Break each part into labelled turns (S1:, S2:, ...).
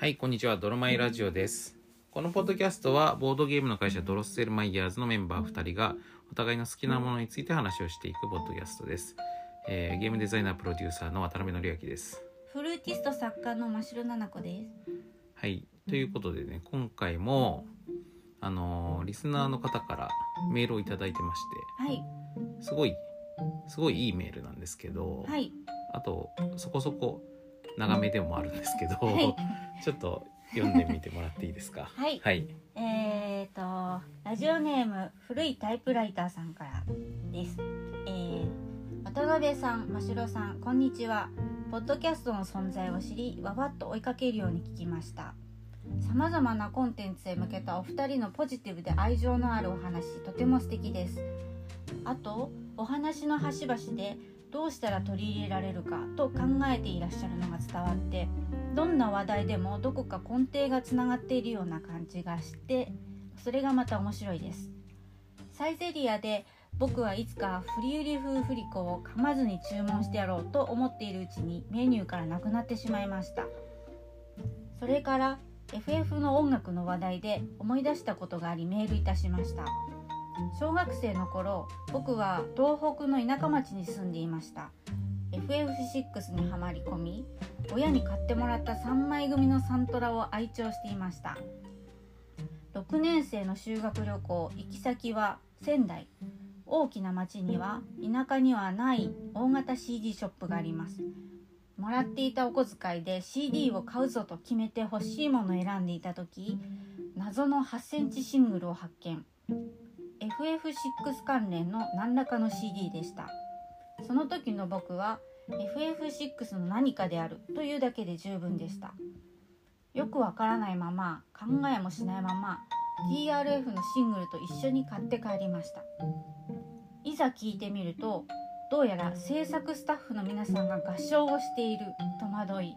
S1: はい、こんにちは。ドロマイラジオです。このポッドキャストは、ボードゲームの会社ドロッセルマイヤーズのメンバー2人が、お互いの好きなものについて話をしていくポッドキャストです。えーゲームデザイナープロデューサーの渡辺則明です。
S2: フルーティスト作家の真城奈々子で
S1: はい、ということでね、今回も、あのーリスナーの方からメールをいただいてまし
S2: す。はい、
S1: て、すごい、すごいいいメールなんですけど、
S2: はい、
S1: あと、そこそこ長めでもあるんですけど、
S2: はい、
S1: ちょっと読んでみてもらっていいですか。
S2: はい
S1: はい。
S2: えー、と、ラジオネーム古いタイプライターさんからです。えー、渡辺さん、真城さん、こんにちは。ポッドキャストの存在を知り、わわっと追いかけるように聞きました。さまざまなコンテンツへ向けたお二人のポジティブで愛情のあるお話、とても素敵です。あと、お話の端々で、どうしたら取り入れられるかと考えていらっしゃるのが伝わってどんな話題でもどこか根底がつながっているような感じがしてそれがまた面白いですサイゼリアで僕はいつかフリウリ風フリコを噛まずに注文してやろうと思っているうちにメニューからなくなってしまいましたそれから FF の音楽の話題で思い出したことがありメールいたしました小学生の頃僕は東北の田舎町に住んでいました FF6 にはまり込み親に買ってもらった3枚組のサントラを愛聴していました6年生の修学旅行行き先は仙台大きな町には田舎にはない大型 CD ショップがありますもらっていたお小遣いで CD を買うぞと決めて欲しいものを選んでいた時謎の8センチシングルを発見 FF6 関連の何らかの CD でしたその時の僕は FF6 の何かであるというだけで十分でしたよくわからないまま考えもしないまま TRF のシングルと一緒に買って帰りましたいざ聞いてみるとどうやら制作スタッフの皆さんが合唱をしていると戸惑い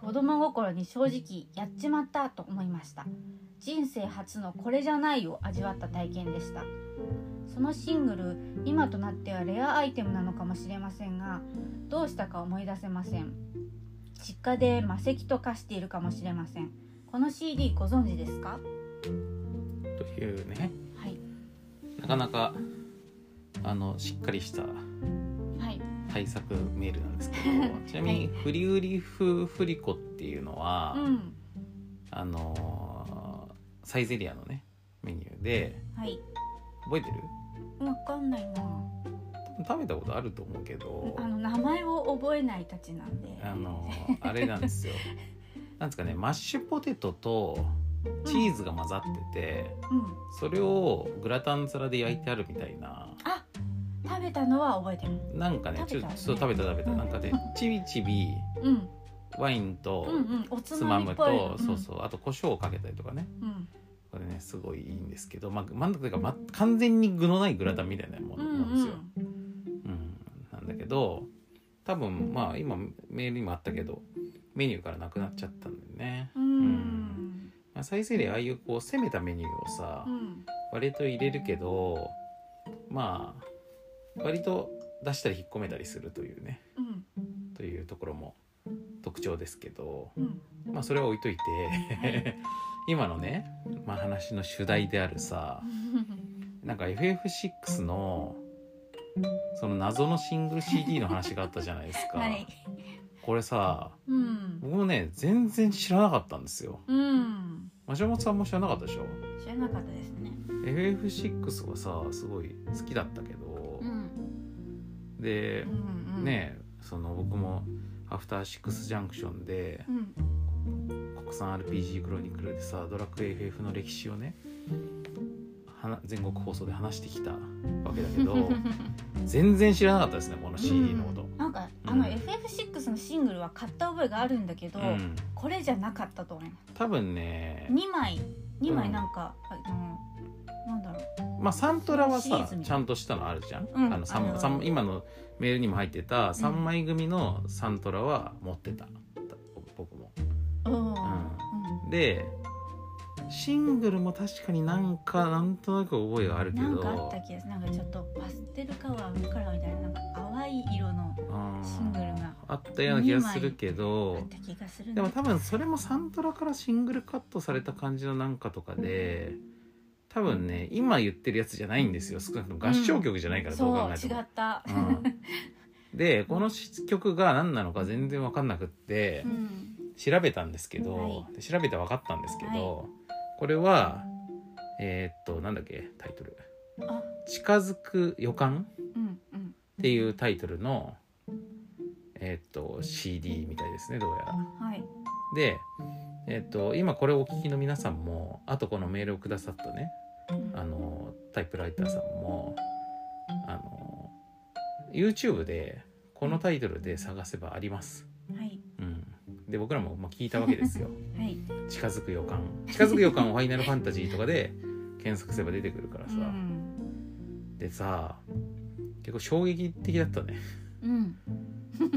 S2: 子供心に正直やっちまったと思いました人生初のこれじゃないを味わった体験でしたそのシングル今となってはレアアイテムなのかもしれませんがどうしたか思い出せません実家で魔石と化しているかもしれませんこの CD ご存知ですか
S1: というね、
S2: はい
S1: なかなかあのしっかりした
S2: はい
S1: 対策メールなんですけどちなみに「フリウリフフリコ」っていうのは、
S2: うん
S1: あのーサイゼリアのねメニューで
S2: はい
S1: 覚えてる
S2: わかんないな
S1: 食べたことあると思うけど
S2: あの名前を覚えないたちなんで
S1: あのーあれなんですよ なんですかねマッシュポテトとチーズが混ざってて、
S2: うん
S1: それをグラタン皿で焼いてあるみたいな
S2: あ食べたのは覚えてる
S1: なんかねちょ
S2: 食べたね
S1: ちょっと食べた食べたなんかねちびちび
S2: うん
S1: ワインと
S2: うんうんおつ
S1: つま
S2: まみっ
S1: む
S2: ぽいの
S1: と、そうそうあと胡椒をかけたりとかね
S2: うん
S1: これねすごいいいんですけど、まあ、まんというか、ま、完全に具のないグラタンみたいなも
S2: う
S1: の
S2: ん
S1: なん
S2: う
S1: ですよ。
S2: ん
S1: うんなんだけど多分まあ今メールにもあったけどメニューからなくなっちゃったんだよね。
S2: うんうん
S1: まあ、サイゼリヤああいうこう攻めたメニューをさ
S2: うん
S1: 割と入れるけどまあ割と出したり引っ込めたりするというね
S2: うん
S1: というところも特徴ですけど。
S2: うん
S1: まあそれは置いといて、
S2: い
S1: 今のね、まあ、話の主題であるさなんか FF6 のその謎のシングル CD の話があったじゃないですか、
S2: はい
S1: これさ
S2: うん
S1: 僕もね全然知らなかったんですよ
S2: うん
S1: マシュマさんも知らなかったでしょ
S2: 知らなかったですね
S1: FF6 はさすごい好きだったけど
S2: う、ん
S1: で
S2: うんうん
S1: ねその僕も「アフターシックスジャンクション」で
S2: うん
S1: 国産 RPG クロニクルでさドラクエ FF の歴史をねはな全国放送で話してきたわけだけ ど全然知らなかったですねこの CD のこと。
S2: うんなんかあの
S1: うん
S2: FF6 のシングルは買った覚えがあるんだけど、
S1: うん
S2: これじゃなかったと思います
S1: 多分ね、
S2: 2枚2枚なんか、あのなんだろう
S1: まあ、サントラは
S2: シリー
S1: さ
S2: ズみたい
S1: ちゃんとしたのあるじゃん、
S2: うん
S1: あの
S2: あ
S1: 三
S2: る
S1: 三今のメールにも入ってた3枚組のサントラは持ってたた僕も。
S2: うん
S1: でシングルも確かになんかなんとなく覚えがある
S2: うん
S1: け
S2: なん
S1: ど
S2: かあった気がするなんかちょっとパステルカラーカラーみたいななんか淡い色の
S1: うん
S2: シングルが
S1: あったような気がするけど
S2: あった気がするね
S1: でも多分それもサントラからシングルカットされた感じのなんかとかで多分ね今言ってるやつじゃないんですよ少なくとも合唱曲じゃないから、どう考えて
S2: そう違
S1: も。
S2: った
S1: うんでこの曲が何なのか全然分かんなくって、
S2: うん
S1: 調べたんですけど、
S2: は
S1: で調べて分かったんですけど、これはえーっとなんだっけタイトル
S2: あ
S1: 「近づく予感」
S2: うんうん
S1: っていうタイトルのえーっと CD みたいですねどうやら。
S2: はい
S1: で、えっと今これをお聞きの皆さんもあとこのメールをくださったね
S2: うん
S1: あのタイプライターさんもあの YouTube でこのタイトルで探せばあります。
S2: はい
S1: うん、で僕らもまあ聞いたわけです よ。
S2: はい
S1: 近づく予感近づく予感を「ファイナルファンタジー」とかで検索すれば出てくるから
S2: う
S1: さ、
S2: ん
S1: でさ結構衝撃的だったね
S2: うん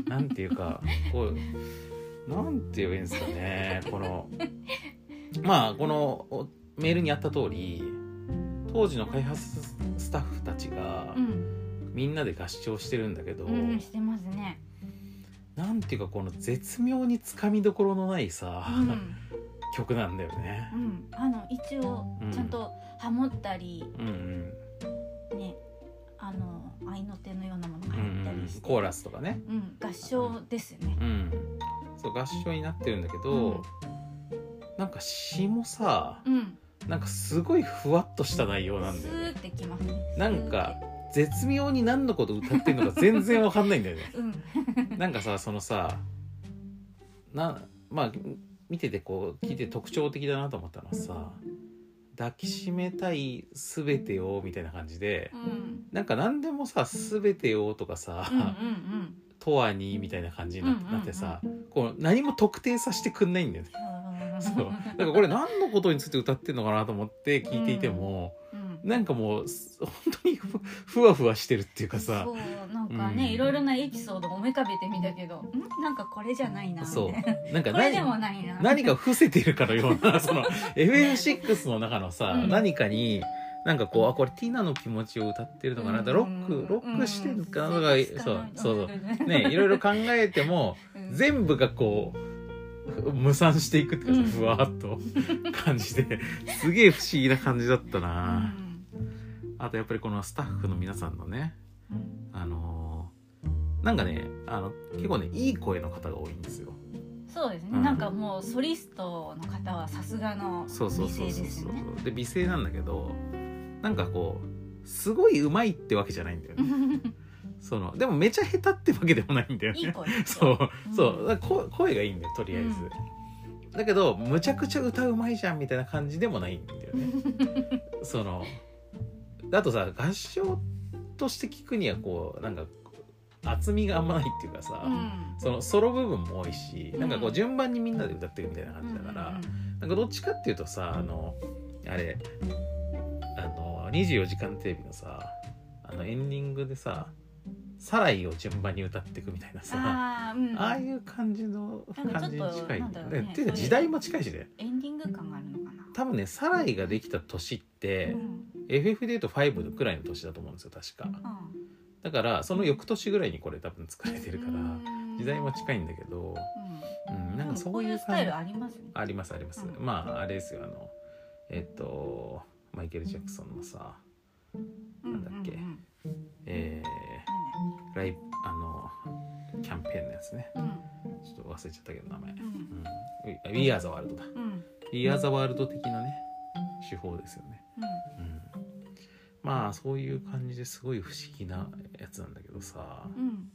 S1: なんていうかこうなんて言えばいいんですかねこのまあこのおメールにあった通り当時の開発スタッフたちが
S2: うん
S1: みんなで合唱してるんだけど、
S2: うんしてますね
S1: なんていうかこの絶妙につかみどころのないさ、
S2: うん
S1: 曲なんだよね
S2: う。んあの一応
S1: うん
S2: ちゃんとハモったり
S1: うんうん
S2: ねあの合いの手のようなものが
S1: うん
S2: 入った
S1: う
S2: り
S1: ん
S2: し、て
S1: コーラスとかね
S2: うん合唱ですよね
S1: うん、そう合唱になってるんだけど、なんか詩もさ
S2: うん
S1: なんかすごいふわっとした内容なん
S2: ス
S1: だよね
S2: ーってきますね
S1: なんか絶妙に何のこと歌ってるのか全然わかんないんだよ ね
S2: うん
S1: なんかさそのさなまあ見ててこう聞いて特徴的だなと思ったのはさ抱きしめたい全てをみたいな感じで
S2: うんうん
S1: なんか何でもさ全てをとかさ、
S2: うんうん
S1: とはにみたいな感じにな,、
S2: うんうんうん
S1: ってさこう何も特定させてくんないんだよね。そうだ
S2: う
S1: からこれ何のことについて歌ってんのかなと思って聞いていても、
S2: ん
S1: なんかもうす本当にふふわふわしてるっていうかさ
S2: そうなんかね、
S1: うん
S2: いろいろなエピソードを思い浮かべてみたけどんなんかこれじゃないな
S1: そう
S2: みたいな
S1: なんか
S2: これで
S1: 何
S2: もないな
S1: 何か伏せてるかのようなその FM6 の中のさ、
S2: うん
S1: 何かになんかこうあこれティナの気持ちを歌ってるのかな、だからロックロックしてるかなとか、そうそう
S2: う
S1: そうねいろいろ考えても全部がこう無散していくっていうかさ、
S2: うん
S1: ふわーっと感じですげえ不思議な感じだったな、あとやっぱりこのスタッフの皆さんのねあのーなんかねあの結構ねいい声の方が多いんですよ
S2: そうですね、
S1: うん
S2: なんかもうソリストの方はさすがの美
S1: そうそう
S2: 声
S1: そう
S2: で
S1: そう
S2: す
S1: そう
S2: よね
S1: で美声なんだけどなんかこうすごいうまいってわけじゃないんだよねそのでもめちゃ下手ってわけでもないんだよね
S2: いい声です
S1: そ
S2: よ
S1: うそうだからこ声がいいんだよとりあえず、だけどむちゃくちゃ歌うまいじゃんみたいな感じでもないんだよね そのあとさ合唱として聞くにはこうなんか厚みがあんまないっていうかさ、
S2: うん
S1: そのソロ部分も多いしなんかこ
S2: う
S1: うん順番にみんなで歌ってるみたいな感じだから、なんかどっちかっていうとさあのあれあの『24時間テレビ』のさあのエンディングでさ「サライ」を順番に歌っていくみたいなさ
S2: あーうん
S1: ああいう感じの
S2: なんかちょっ
S1: 感
S2: と
S1: じに近い
S2: なんだろうね
S1: ねっていうか時代も近いしね
S2: エンディング感があるのかな
S1: 多分ね「サライ」ができた年って、
S2: うん
S1: FF でいうと5くらいの年だと思うんですよ確かだからその翌年ぐらいにこれ多分作られてるから時代も近いんだけど、うん、な
S2: な
S1: ん
S2: ん
S1: か
S2: か
S1: そ
S2: そう
S1: うい
S2: いううスタイ
S1: 感じ
S2: ルありますね
S1: ありますあります、
S2: うん
S1: まああれですよあのえっとマイケル・ジャクソンのさなんだっけ
S2: うううん
S1: え
S2: なんだ
S1: ー、ライブあのキャンペーンのやつね
S2: っ
S1: ちょっと忘れちゃったけど名前、
S2: けうん
S1: うん、We are the world だ
S2: うんうん
S1: We are the world 的なね手法ですよね、
S2: う
S1: うん、まあそういう感じですごい不思議なやつなんだけどさ
S2: んうん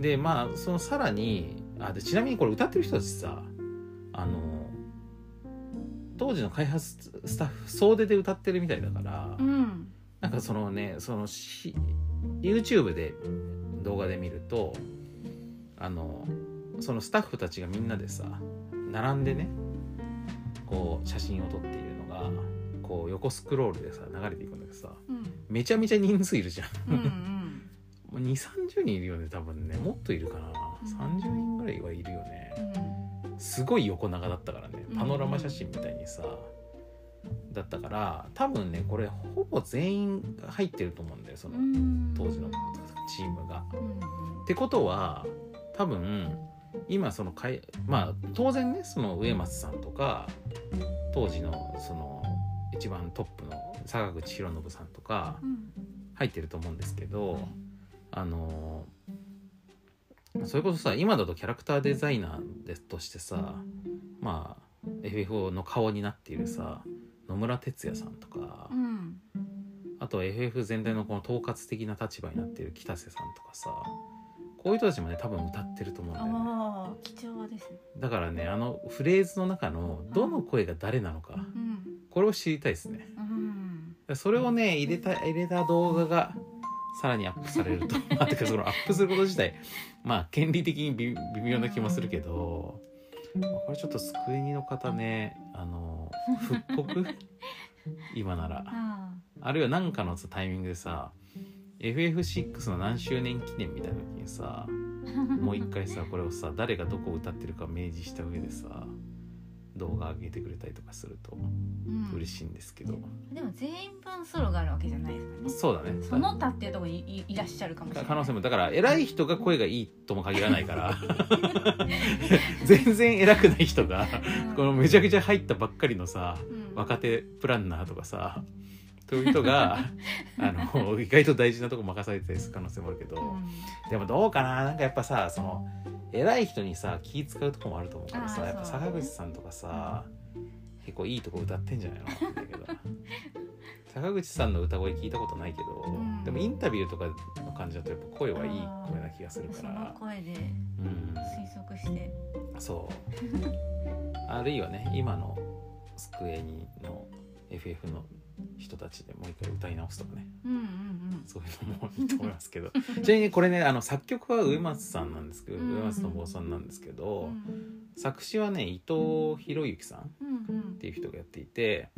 S1: でまあそのさらにあでちなみにこれ歌ってる人たちさあの当時の開発スタッフ総出で歌ってるみたいだから、
S2: うん
S1: なんかそのねそのし YouTube で動画で見るとあのそのスタッフたちがみんなでさ並んでねこう写真を撮っているのがこう横スクロールでさ流れていくんだけどさ
S2: うん
S1: めちゃめちゃ人数いるじゃん。
S2: うんうん
S1: もう2 3 0人いるよね多分ねもっといるかな
S2: うん
S1: 30人ぐらいはいるよね
S2: うん
S1: すごい横長だったからね
S2: うん
S1: パノラマ写真みたいにさだったから多分ねこれほぼ全員入ってると思うんだよその
S2: うん
S1: 当時のチームが。
S2: うん
S1: ってことは多分今そのかいまあ当然ねその上松さんとか当時のその一番トップの坂口博信さんとか
S2: うん
S1: 入ってると思うんですけ
S2: は
S1: ど
S2: い
S1: あのそれこそさ今だとキャラクターデザイナーでとしてさまあ FFO の顔になっているさ野村哲也さんとか
S2: うん
S1: あとは FF 全体のこの統括的な立場になっている北瀬さんとかさこういう人たちもね多分歌ってると思うんだよね。
S2: ああ貴重ですね
S1: だからねあのフレーズの中のどの声が誰なのか
S2: うん
S1: これを知りたいですね
S2: うん
S1: それをね入れた入れた動画がさらにアップされる とまあてかそのアップすること自体まあ権利的に微微妙な気もするけど、まあこれちょっと救いにの方ねあの復 刻今なら
S2: あ
S1: あるいは何かのさタイミングでさ FF6 の何周年記念みたいな時にさ
S2: あ
S1: もう一回さこれをさ誰がどこを歌ってるか明示した上でさ動画上げてくれたりとかすると
S2: うん
S1: 嬉しいんですけど、
S2: でも全員分ソロがあるわけじゃないですかね
S1: そうだね
S2: その他っていうところにいいらっしゃるかもしれ
S1: か
S2: ない
S1: 可能性もだから偉い人が声がいいとも限らないから全然偉くない人がこのめちゃくちゃ入ったばっかりのさ
S2: うん
S1: 若手プランナーとかさそういう人があの意外と大事なとこ任されてる可能性もあるけど、
S2: うん
S1: でもどうかななんかやっぱさその偉い人にさ気使うとこもあると思うから
S2: あ
S1: さ、
S2: ー
S1: やっぱ
S2: そう
S1: 坂口さんとかさ、結構いいとこ歌ってんじゃない のわかんないけど坂口さんの歌声聞いたことないけど、
S2: うん
S1: でもインタビューとかの感じだとやっぱ声はいい声な気がするか
S2: その
S1: ら、
S2: 声で
S1: う
S2: 推測して
S1: ん、そう あるいはね今のスクエニの FF の人たちでもう一回歌い直すとかね
S2: うんうんうん
S1: そういうのもいいと思います けどちなみにこれねあの作曲は上松さんなんですけど、
S2: うん
S1: 上松信夫さんなんですけど、
S2: うん
S1: 作詞はね伊藤博之さんっ
S2: うん
S1: ていう人がやっていて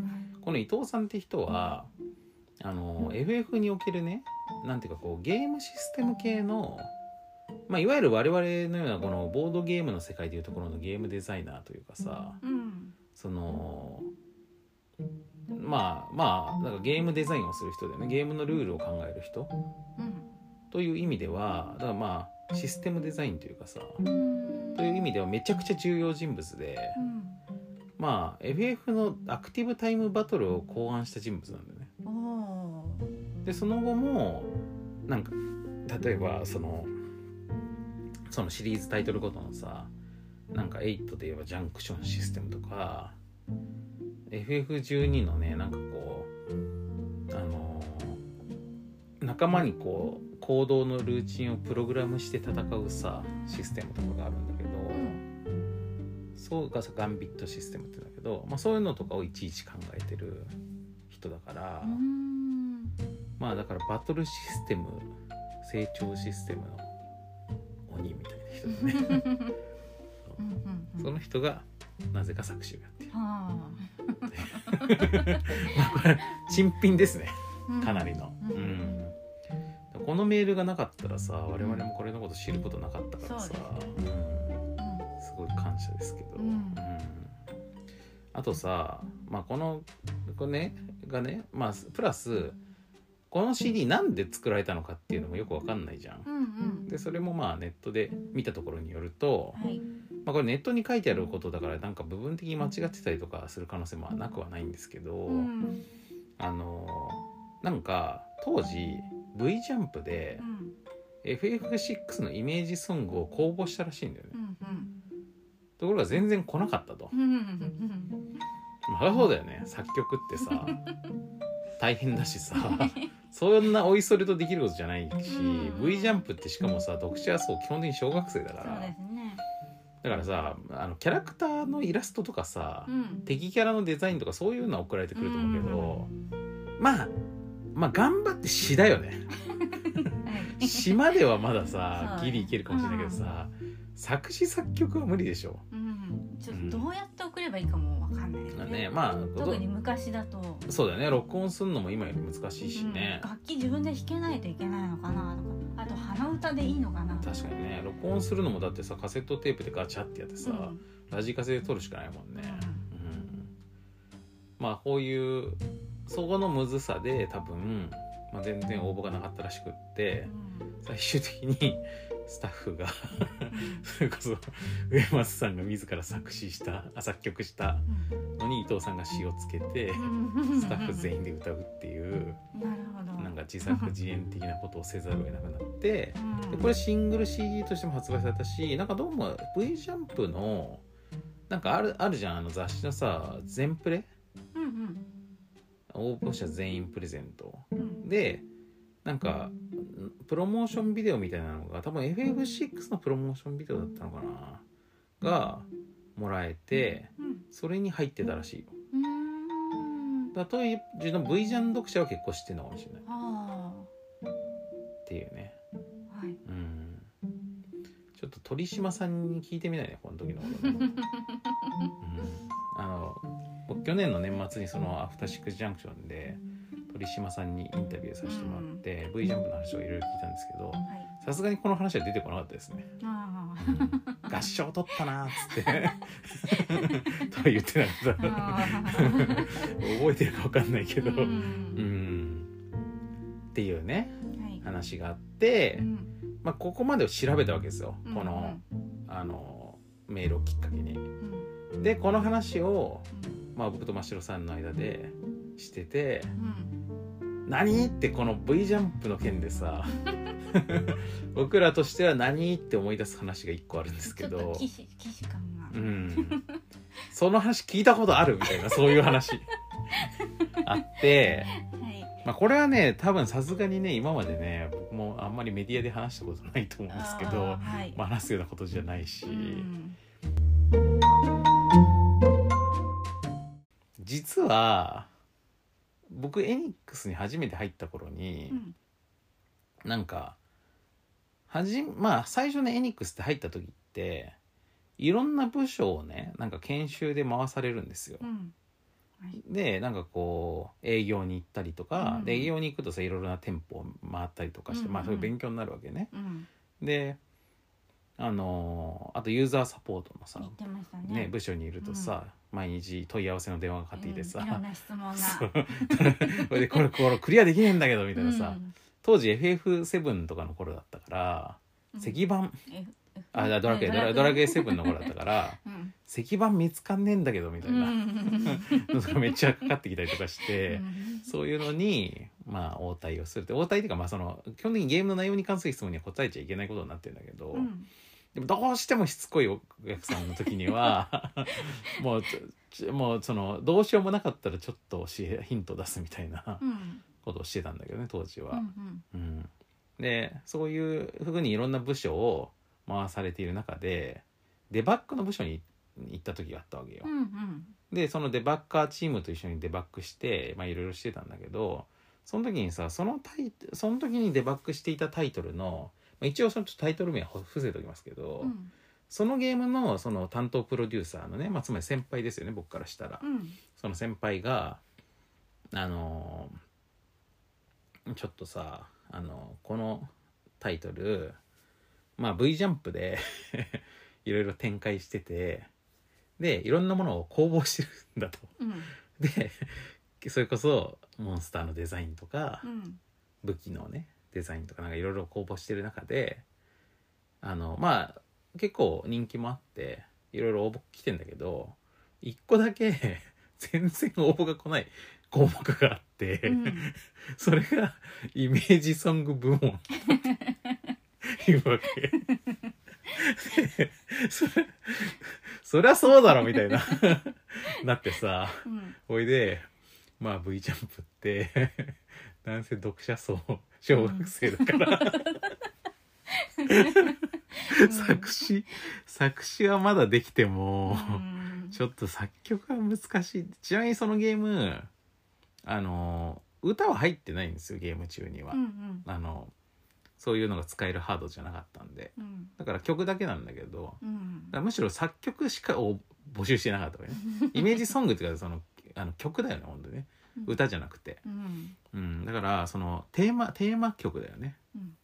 S1: この伊藤さんって人はあの FF におけるねなんていうかこうゲームシステム系の、まあ、いわゆる我々のようなこのボードゲームの世界でいうところのゲームデザイナーというかさ
S2: うんうん
S1: そのまあまあなんかゲームデザインをする人だよねゲームのルールを考える人
S2: うん
S1: という意味ではだからまあシステムデザインというかさ
S2: うん
S1: という意味ではめちゃくちゃ重要人物で、まあ FF のアクティブタイムバトルを考案した人物なんだよね。
S2: うんおー
S1: でその後もなんか例えばそのそのシリーズタイトルごとのさなんか8で言えばジャンクションシステムとか FF12 のねなんかこうあの仲間にこう行動のルーチンをプログラムして戦うさシステムとかがあるんだけど、
S2: うん
S1: そうがガンビットシステムって言うんだけど、まあ、そういうのとかをいちいち考えてる人だから、
S2: うん
S1: まあだからバトルシステム成長システムの鬼みたいな人だ ね
S2: うんうんうん
S1: その人がなぜか作詞をやっている、
S2: は
S1: まあ、これ珍品ですね
S2: あ
S1: かなりの、
S2: うん
S1: うんこのメールがなかったらさ我々もこれのこと知ることなかったからさ、うんすごい感謝ですけど、
S2: うん
S1: あとさ、まあ、このこれ、ね、がね、まあ、プラスこの CD なんで作られたのかっていうのもよくわかんないじゃん
S2: う。んうん
S1: でそれもまあネットで見たところによると、
S2: はい
S1: まあ、これネットに書いてあることだからなんか部分的に間違ってたりとかする可能性もなくはないんですけど、
S2: うん
S1: あのなんか当時 V ジャンプで
S2: うん
S1: FF6 のイメージソングを公募したらしいんだよね。
S2: うんうん
S1: ところが全然来なかったと。
S2: うんうん
S1: まあそうだよね作曲って さ大変だしさそんなおいそれとできることじゃないし、
S2: うん
S1: V ジャンプってしかもさ読者層基本的に小学生だか
S2: そう
S1: ら、
S2: ですね
S1: だからさあのキャラクターのイラストとかさ、
S2: うん
S1: 敵キャラのデザインとかそういうのは送られてくると思うけど、まあまあ頑張って詩だよね
S2: はい
S1: 詩まではまださ
S2: そう
S1: ギリいけるかもしれないけどさ、作詞作曲は無理でしょ。
S2: うんちょっとどうやって送ればいいかもわかんないです
S1: ね、まあ
S2: 特に昔だと、
S1: そうだよね録音するのも今より難しいし
S2: うん
S1: ね、
S2: 楽器自分で弾けないといけないのかなとかあと鼻歌でいいのかなとか
S1: 確かにね録音するのもだってさカセットテープでガチャってやってさ、
S2: うん
S1: ラジカセで撮るしかないもんね、うん、まあこういうそこのむずさで多分、まあ、全然応募がなかったらしくって最終的に スタッ フがそれこそ上松さんが自ら作詞したあ作曲したのに伊藤さんが詞をつけてスタッフ全員で歌うっていう
S2: なるほど
S1: なんか自作自演的なことをせざるを得なくなって
S2: うん
S1: でこれシングル CD としても発売されたしなんかどうも V ジャンプのなんかあるあるじゃんあの雑誌のさ全プレ
S2: うんうん
S1: 応募者全員プレゼント
S2: うん
S1: でなんかプロモーションビデオみたいなのが多分 FF6 のプロモーションビデオだったのかながもらえて
S2: うん
S1: それに入ってたらしいよ
S2: うーん
S1: だというの V ジャン読者は結構知ってるのかもしれない
S2: あ
S1: っていうね
S2: ーはい
S1: うんちょっと鳥島さんに聞いてみないねこの時 のことね、うん、あの僕去年の年末にその「アフターシックスジャンクション」で鳥島さんにインタビューさせてもらって、V ジャンプの話をいろいろ聞いたんですけど
S2: はい
S1: さすがにこの話は出てこなかったですね
S2: あー
S1: うん合唱取ったなーっつって とは言ってなかった
S2: あー
S1: 覚えてるか分かんないけど
S2: う
S1: うんんっていうね
S2: はい
S1: 話があって
S2: う、ん
S1: まあ、ここまでを調べたわけですよ
S2: うん
S1: このあのメールをきっかけに。
S2: うん
S1: でこの話を、
S2: うん
S1: まあ、僕と真城さんの間でしてて
S2: う
S1: 「
S2: ん
S1: 何?」ってこの V ジャンプの件で さ僕らとしては「何?」って思い出す話が一個あるんです
S2: ち
S1: け
S2: ょっと
S1: ど。
S2: 騎士騎士感が
S1: うん、その話聞いたことあるみたいなそういう 話あって、
S2: はい
S1: まあ、これはね多分さすがにね今までね僕もあんまりメディアで話したことないと思うんですけど
S2: あーはい
S1: まあ、話すようなことじゃないし、
S2: うん
S1: 実は僕エニックスに初めて入った頃に
S2: う、ん
S1: なんかはじまあ最初ねエニックスって入った時っていろんな部署をねなんか研修で回されるんですよ
S2: う。ん
S1: でなんかこう営業に行ったりとか、
S2: うん
S1: で営業に行くとさいろいろな店舗を回ったりとかして、
S2: うん
S1: まあそういう勉強になるわけね。
S2: うん
S1: であのーあとユーザーサポートのさ
S2: 言っ、てました
S1: ね、
S2: ね
S1: 部署にいるとさ、毎日問い合わせの電話がかかってきてさ、
S2: うんいろんな質問 が
S1: そうこれでこれこれクリアできねえんだけどみたいなさ、
S2: うん
S1: 当時 FF7 とかの頃だったから
S2: うん
S1: 石板
S2: ええ
S1: あだドラクエ
S2: ね
S1: ドラドラクエ7の頃だったから
S2: うん
S1: 石板見つかんねえんだけどみたい
S2: うんう
S1: なんのがめっちゃかかってきたりとかし
S2: う
S1: て。
S2: ん
S1: そういうのに、まあ、応対をするって応対っていうか、まあ、その基本的にゲームの内容に関する質問には答えちゃいけないことになってるんだけど、
S2: うん
S1: でもどうしてもしつこいお客さんの時に はもうちょもうそのどうしようもなかったらちょっとしヒント出すみたいな、
S2: うん
S1: ことをしてたんだけどね当時
S2: う
S1: は。
S2: ん
S1: うんでそういうふうにいろんな部署を回されている中でデバッグの部署に行った時があったわけよ。
S2: うんうん
S1: でそのデバッカーチームと一緒にデバッグしてまあいろいろしてたんだけどその時にさそのタイその時にデバッグしていたタイトルの、まあ、一応そのちょっとタイトル名は伏せておきますけど、
S2: うん
S1: そのゲームのその担当プロデューサーのね、まあ、つまり先輩ですよね僕からしたら
S2: う。ん
S1: その先輩が「あのーちょっとさ、あのーこのタイトル、まあ、V ジャンプで いろいろ展開しててでいろんなものを攻防してるんだと。
S2: うん
S1: でそれこそモンスターのデザインとか、
S2: うん
S1: 武器のねデザインとかなんかいろいろ公募してる中であのまあ結構人気もあっていろいろ応募来てんだけど一個だけ 全然応募が来ない項目があって、
S2: うん
S1: それがイメージソング部門っ ていうわけ。でそれそりゃそうだろみたいななってさ。
S2: うん
S1: ほいでまあ V ジャンプって なんせ読者層小学生だから、
S2: うん
S1: 作詞作詞はまだできて
S2: う
S1: も、
S2: ん
S1: ちょっと作曲は難しいちなみにそのゲームあの歌は入ってないんですよゲーム中には、
S2: うんうん
S1: あのそういうのが使えるハードじゃなかったんで
S2: うん
S1: だから曲だけなんだけど
S2: うん
S1: だからむしろ作曲しかを募集してなかったわ けねイメージソングっていうかそのあの曲だよね本当にね歌じゃなくて
S2: うん
S1: うん、だからそのテーマテーマ曲だよね
S2: うん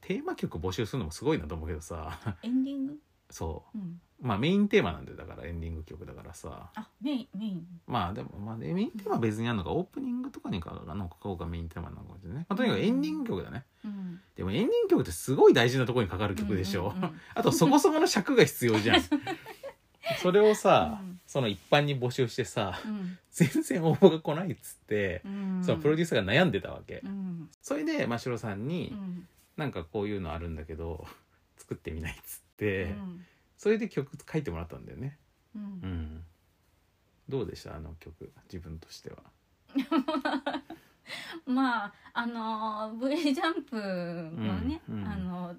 S1: テーマ曲募集するのもすごいなと思うけどさ
S2: エンディング
S1: そ
S2: うん
S1: うまあメインテーマなんでだからエンディング曲だからさ
S2: あメインメイン
S1: まあでも、まあ、でメインテーマは別にあるのかオープニングとかにかの方がメインテーマなのかもしれないね、まあ、とにかくエンディング曲だね
S2: うん
S1: でもエンディング曲ってすごい大事なところにかかる曲でし ょ、
S2: うんうんうん
S1: あとそこそこの尺が必要じゃんそれをさ、
S2: うん
S1: その一般に募集してさ
S2: うん
S1: 全然応募が来ないっつって
S2: う、ん
S1: そのプロデューサーが悩んでたわけ、
S2: うん
S1: それで真城さんに、
S2: うん
S1: なんかこういうのあるんだけど 作ってみないっつっ
S2: う
S1: て、
S2: ん
S1: それで曲書いてもらったんだよね、
S2: う
S1: うんん、どうでしたあの曲自分としては
S2: まああの V ジャンプのね、
S1: うんうん
S2: あの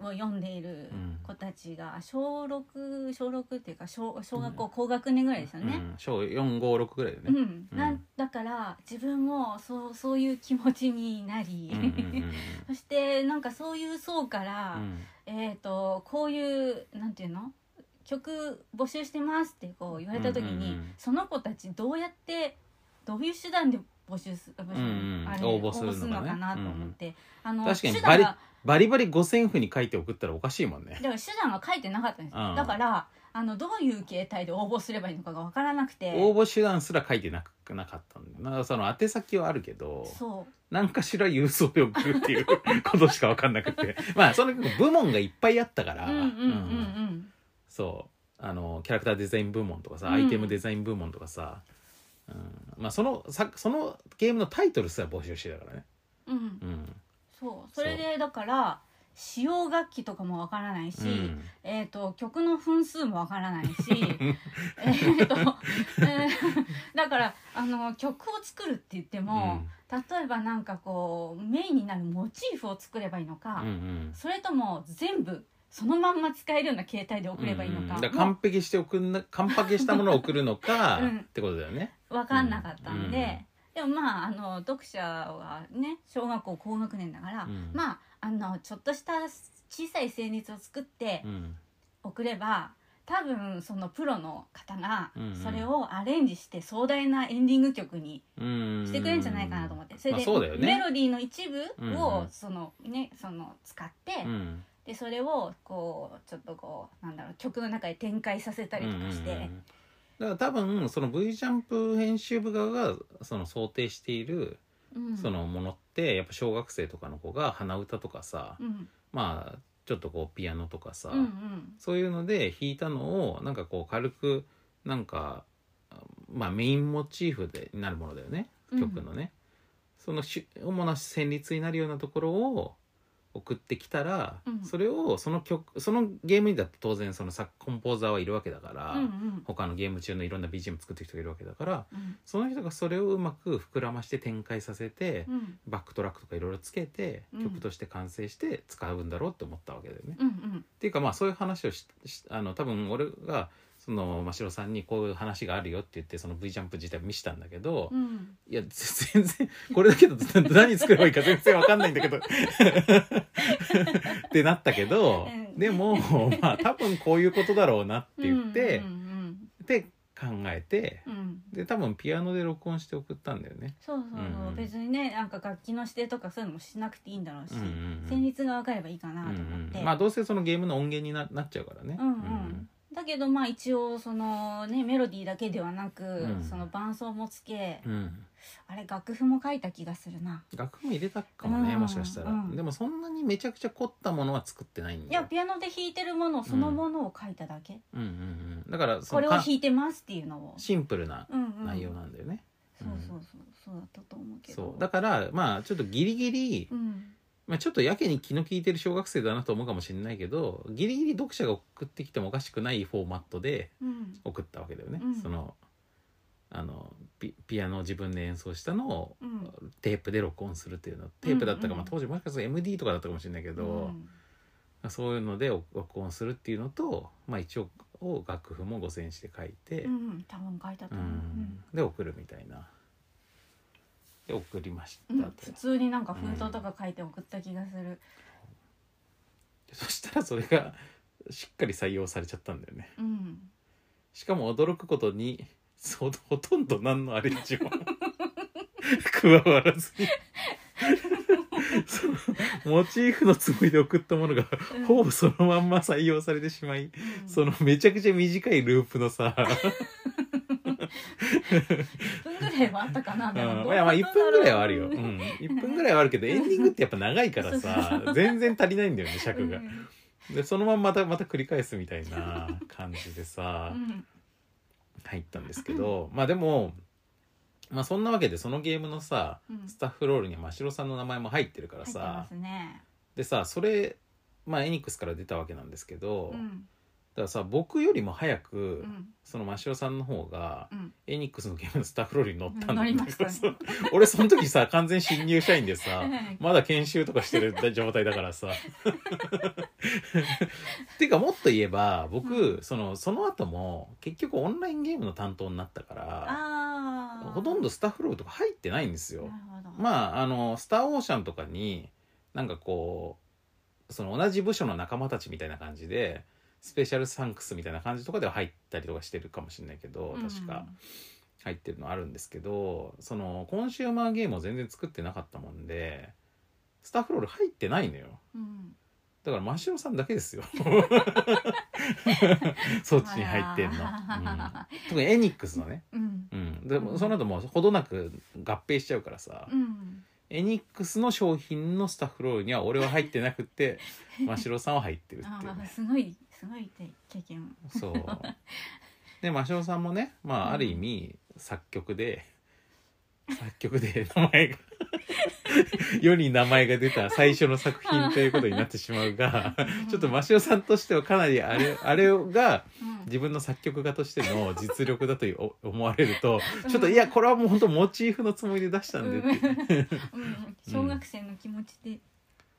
S2: を読んでいる子たちが小6小6っていうか小小学校、高学年ぐらいですよ
S1: う
S2: ね。
S1: ん、小456ぐらいだ
S2: うん
S1: ね、
S2: な
S1: うん
S2: だから自分もそうそういう気持ちになり、
S1: うんうんうんうん
S2: そしてなんかそういう層か
S1: う
S2: ら、
S1: ん
S2: えっ、とこういうなんていうの曲募集してますってこう言われた時に、
S1: うんうんうん
S2: その子たちどうやってどういう手段で募集す募
S1: う
S2: 集、
S1: んうん
S2: あれ
S1: 応募するのかね
S2: かなと思って、あの
S1: 確かに
S2: 手
S1: バ
S2: 段
S1: リ
S2: が
S1: バリバリ五線譜に書いて送ったらおかしいもんね
S2: だから手段が書いてなかったんですよ、
S1: うん
S2: だからあのどういう形態で応募すればいいのかが分からなくて
S1: 応募手段すら書いてなくなかったんだよなその宛先はあるけど
S2: そう
S1: 何かしら郵送で送るっていうことしか分かんなくてまあその部門がいっぱいあったから、
S2: うんうんうんうん
S1: そうあのキャラクターデザイン部門とかさ、
S2: うん
S1: アイテムデザイン部門とかさ、うんまあ、そのさそのゲームのタイトルすら募集してたからね、
S2: うん
S1: うん
S2: そうそれでだから使用楽器とかもわからないし、
S1: うん
S2: えー、と曲の分数もわか らないしえーと、えーだからあの曲を作るって言っても、例えばなんかこうメインになるモチーフを作ればいいの
S1: う
S2: か、
S1: んうん
S2: それとも全部そのまんま使えるような形態で送ればいいの
S1: うんう
S2: か
S1: んだら
S2: も
S1: 完璧して送んな完璧したものを送るのか、
S2: うん
S1: ってことだよね。
S2: 分かんなかったんで。
S1: うん
S2: でもまああの読者はね小学校高学年だから、
S1: うん
S2: まああのちょっとした小さい旋律を作って
S1: うん
S2: 送れば多分そのプロの方が
S1: うんうん
S2: それをアレンジして壮大なエンディング曲に
S1: うん
S2: してくれるんじゃないかなと思って、そ
S1: まあそうだよね
S2: メロディーの一部
S1: うんう
S2: を
S1: ん
S2: そのねその使って、
S1: うん
S2: でそれをこうちょっとこうなんだろう曲の中で展開させたりとかして、
S1: うんうんうんだから多分その V ジャンプ編集部側がその想定している
S2: うん
S1: そのものってやっぱ小学生とかの子が鼻歌とかさ、
S2: うん
S1: まあちょっとこうピアノとかさ、
S2: うんうん
S1: そういうので弾いたのをなんかこう軽くなんかまあメインモチーフでになるものだよね
S2: うん
S1: 曲のね、その主主な旋律になるようなところを送ってきたら、
S2: うん
S1: それをその曲そのゲームにだって当然その作コンポーザーはいるわけだから、
S2: うんうん
S1: 他のゲーム中のいろんな BGM 作ってる人がいるわけだから
S2: うん
S1: その人がそれをうまく膨らまして展開させて、
S2: うん
S1: バックトラックとかいろいろつけて
S2: うん
S1: 曲として完成して使うんだろうって思ったわけだよね。
S2: うんうん
S1: っていうかまあそういう話をししあの多分俺がその真城さんにこういう話があるよって言ってその V ジャンプ自体見したんだけど、
S2: うん
S1: いやぜ全然これだけどな何作ればいいか全然わかんないんだけどってなったけど、
S2: うん
S1: でもまあ多分こういうことだろうなって言って、
S2: うん
S1: で考えて
S2: うんうんうん
S1: で多分ピアノで録音して送ったんだよね。
S2: そうそうそう、
S1: うんうん
S2: 別にねなんか楽器の指定とかそういうのもしなくていいんだろうし、
S1: うんうんうん
S2: 旋律が分かればいいかなと思って、
S1: うんうんまあどうせそのゲームの音源にななっちゃうからね。
S2: うんうんだけどまあ一応そのねメロディーだけではなく、
S1: うん
S2: その伴奏もつけ、
S1: うんうん
S2: あれ楽譜も書いた気がするな
S1: 楽譜も入れたかもね、
S2: うん
S1: もしかしたら、
S2: うん
S1: でもそんなにめちゃくちゃ凝ったものは作ってないん
S2: い
S1: だよ
S2: やピアノで弾いてるものそのものを書いただけ、
S1: うんうんうん、だからそ
S2: これ
S1: の
S2: を
S1: か
S2: 弾いてますっていうのを、
S1: シンプルな
S2: うんうん、
S1: 内容なんだよね、
S2: そうそうそうそうだったと思うけど
S1: そうだからまあちょっとギリギリ、
S2: うん
S1: まあ、ちょっとやけに気の利いてる小学生だなと思うかもしれないけどギリギリ読者が送ってきてもおかしくないフォーマットで
S2: うん
S1: 送ったわけだよね、
S2: うん
S1: そのあのピピアノを自分で演奏したのを
S2: うん
S1: テープで録音するっていうのテープだったか、
S2: うんうん
S1: まあ、当時もしかしたら MD とかだったかもしれないけど、
S2: うん
S1: そういうので録音するっていうのと、まあ、一応楽譜も5000して書いて、
S2: うん、多分書いたと
S1: う
S2: 思う、
S1: んで送るみたいな。で送りまし
S2: うんう
S1: た
S2: ん
S1: と、
S2: 普通になんか封筒とか書いて送った気がする、
S1: そしたらそれがしっかり採用されちゃったんだよね
S2: うん、
S1: しかも驚くことにそうほとんど何のアレンジ も加わらずにそのモチーフのつもりで送ったものが
S2: うん
S1: ほぼそのまんま採用されてしまい
S2: うん
S1: そのめちゃくちゃ短いループのさ
S2: 分ぐらいはあったかな。でも
S1: うん、いやまあ1分ぐらいはあるよ、う
S2: どうなん
S1: ん、1分ぐらいはあるけどエンディングってやっぱ長いからさ全然足りないんだよね
S2: だろう
S1: 尺が。でそのまんままたまた繰り返すみたいな感じでさ
S2: うんうん
S1: 入ったんですけどまあでも、まあ、そんなわけでそのゲームのさ
S2: うん
S1: スタッフロールには真城さんの名前も入ってるから
S2: 入ってま
S1: さ
S2: すね。
S1: でさそれまあエニックスから出たわけなんですけど、
S2: う
S1: だ
S2: ん
S1: からさ僕よりも早く、
S2: うん
S1: その真城さんの方が
S2: うん
S1: エニックスのゲームのスタッフロールに乗ったん
S2: 乗
S1: だ
S2: り
S1: け
S2: ま
S1: ど
S2: したね
S1: さ 俺その時さ完全新入社員でさ
S2: うん
S1: まだ研修とかしてる状態だからさ。 っていうかもっと言えば僕、そのその後も結局オンラインゲームの担当になったから
S2: ああ。
S1: ほとんどスタッフロールとか入ってないんです
S2: な
S1: よ
S2: る。ほど。
S1: まああの「スター・オーシャン」とかになんかこうその同じ部署の仲間たちみたいな感じでスペシャルサンクスみたいな感じとかでは入ったりとかしてるかもしれないけど確か入ってるのあるんですけどそのコンシューマーゲームを全然作ってなかったもんでスタッフロール入ってないのよ
S2: うん。うん
S1: だから真城さんだけですよそっちに入ってんの、うん
S2: あ
S1: 特にエニックスのね、
S2: らうん。
S1: うん、でもその後もうほどなく合併しちゃうからさ、
S2: うん。
S1: エニックスの商品のスタッフロールには俺は入ってなくて真城さんは入ってるっていう
S2: ああ
S1: ね
S2: すごいすごい経験。
S1: そうで真城さんもねま
S2: うん
S1: あある意味作曲で、作曲で名前が 世に名前が出た最初の作品ということになってしまうが ちょっと真城さんとしてはかなりあれあれが
S2: うん
S1: 自分の作曲家としての実力だというお思われると
S2: うん
S1: ちょっといやこれはもう本当モチーフのつもりで出したんでって
S2: う んうん小学生の気持ちで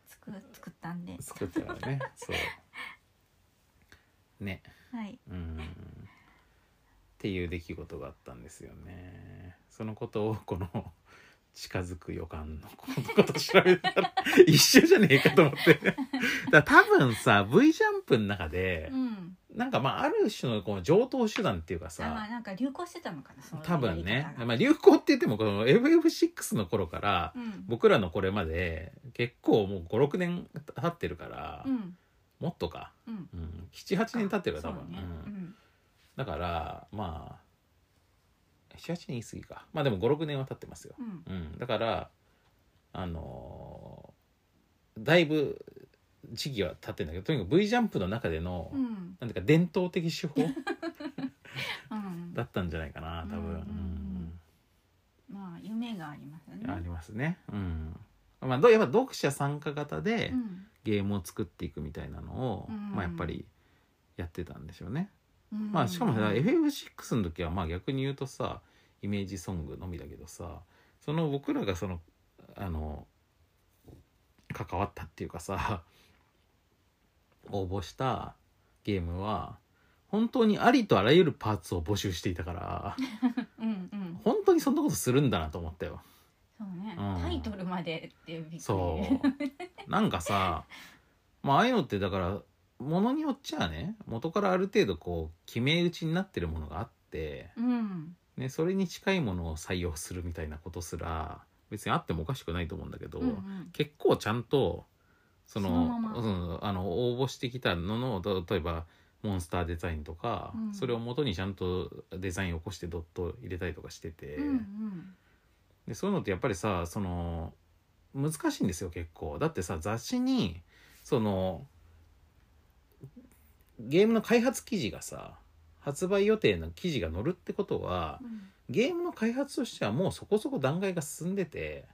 S2: 作作ったんで。
S1: 作ったからねそうね
S2: はい。
S1: うんっていう出来事があったんですよねそのことをこの近づく予感のこのこと調べたら一緒じゃねえかと思ってだから多分さ V ジャンプの中で
S2: うん。
S1: なんかまあある種のこの上等手段っていうか
S2: あまあ
S1: さ
S2: なんか流行してたのかなその
S1: 多分ね、
S2: やり方が
S1: まあ、流行って言ってもこの FF6 の頃から
S2: うん
S1: 僕らのこれまで結構もう56年経ってるから、
S2: うん
S1: もっとか
S2: うん
S1: うん、78年経ってるから多
S2: そ
S1: 分、
S2: うね
S1: うんだからまあ78年言い過ぎかまあでも56年は経ってますよ、
S2: うんうん
S1: うん、だからあのーだいぶ時期は経ってんだけどとにかく V ジャンプの中での、
S2: うん
S1: なんていうか伝統的 手法
S2: うん
S1: だったんじゃないかな多分、
S2: うん
S1: うん
S2: まあ夢がありますよね
S1: ありますねうんまあどうやっぱ読者参加型で
S2: うん
S1: ゲームを作っていくみたいなのを、
S2: うん
S1: まあやっぱりやってたんでしょうね
S2: うん
S1: まあしかもさ FF6 の時はまあ逆に言うとさイメージソングのみだけどさその僕らがそのあの関わったっていうかさ応募したゲームは本当にありとあらゆるパーツを募集していたから
S2: うんうん
S1: 本当にそんなことするんだなと思ったよ。
S2: そうね
S1: うん
S2: タイトルまでっていうびっくり
S1: そうなんかさまあああいうのってだからものによっちゃあね元からある程度こう決め打ちになってるものがあって。
S2: うん
S1: ね、それに近いものを採用するみたいなことすら別にあってもおかしくないと思うんだけど、
S2: うんうん
S1: 結構ちゃんとその
S2: そのまま
S1: うんあの応募してきたののた例えばモンスターデザインとか、
S2: うん
S1: それを元にちゃんとデザインを起こしてドット入れたりとかしてて、
S2: うんうん
S1: でそういうのってやっぱりさその難しいんですよ結構。だってさ雑誌にそのゲームの開発記事がさ発売予定の記事が載るってことは、
S2: うん
S1: ゲームの開発としてはもうそこそこ段階が進んでて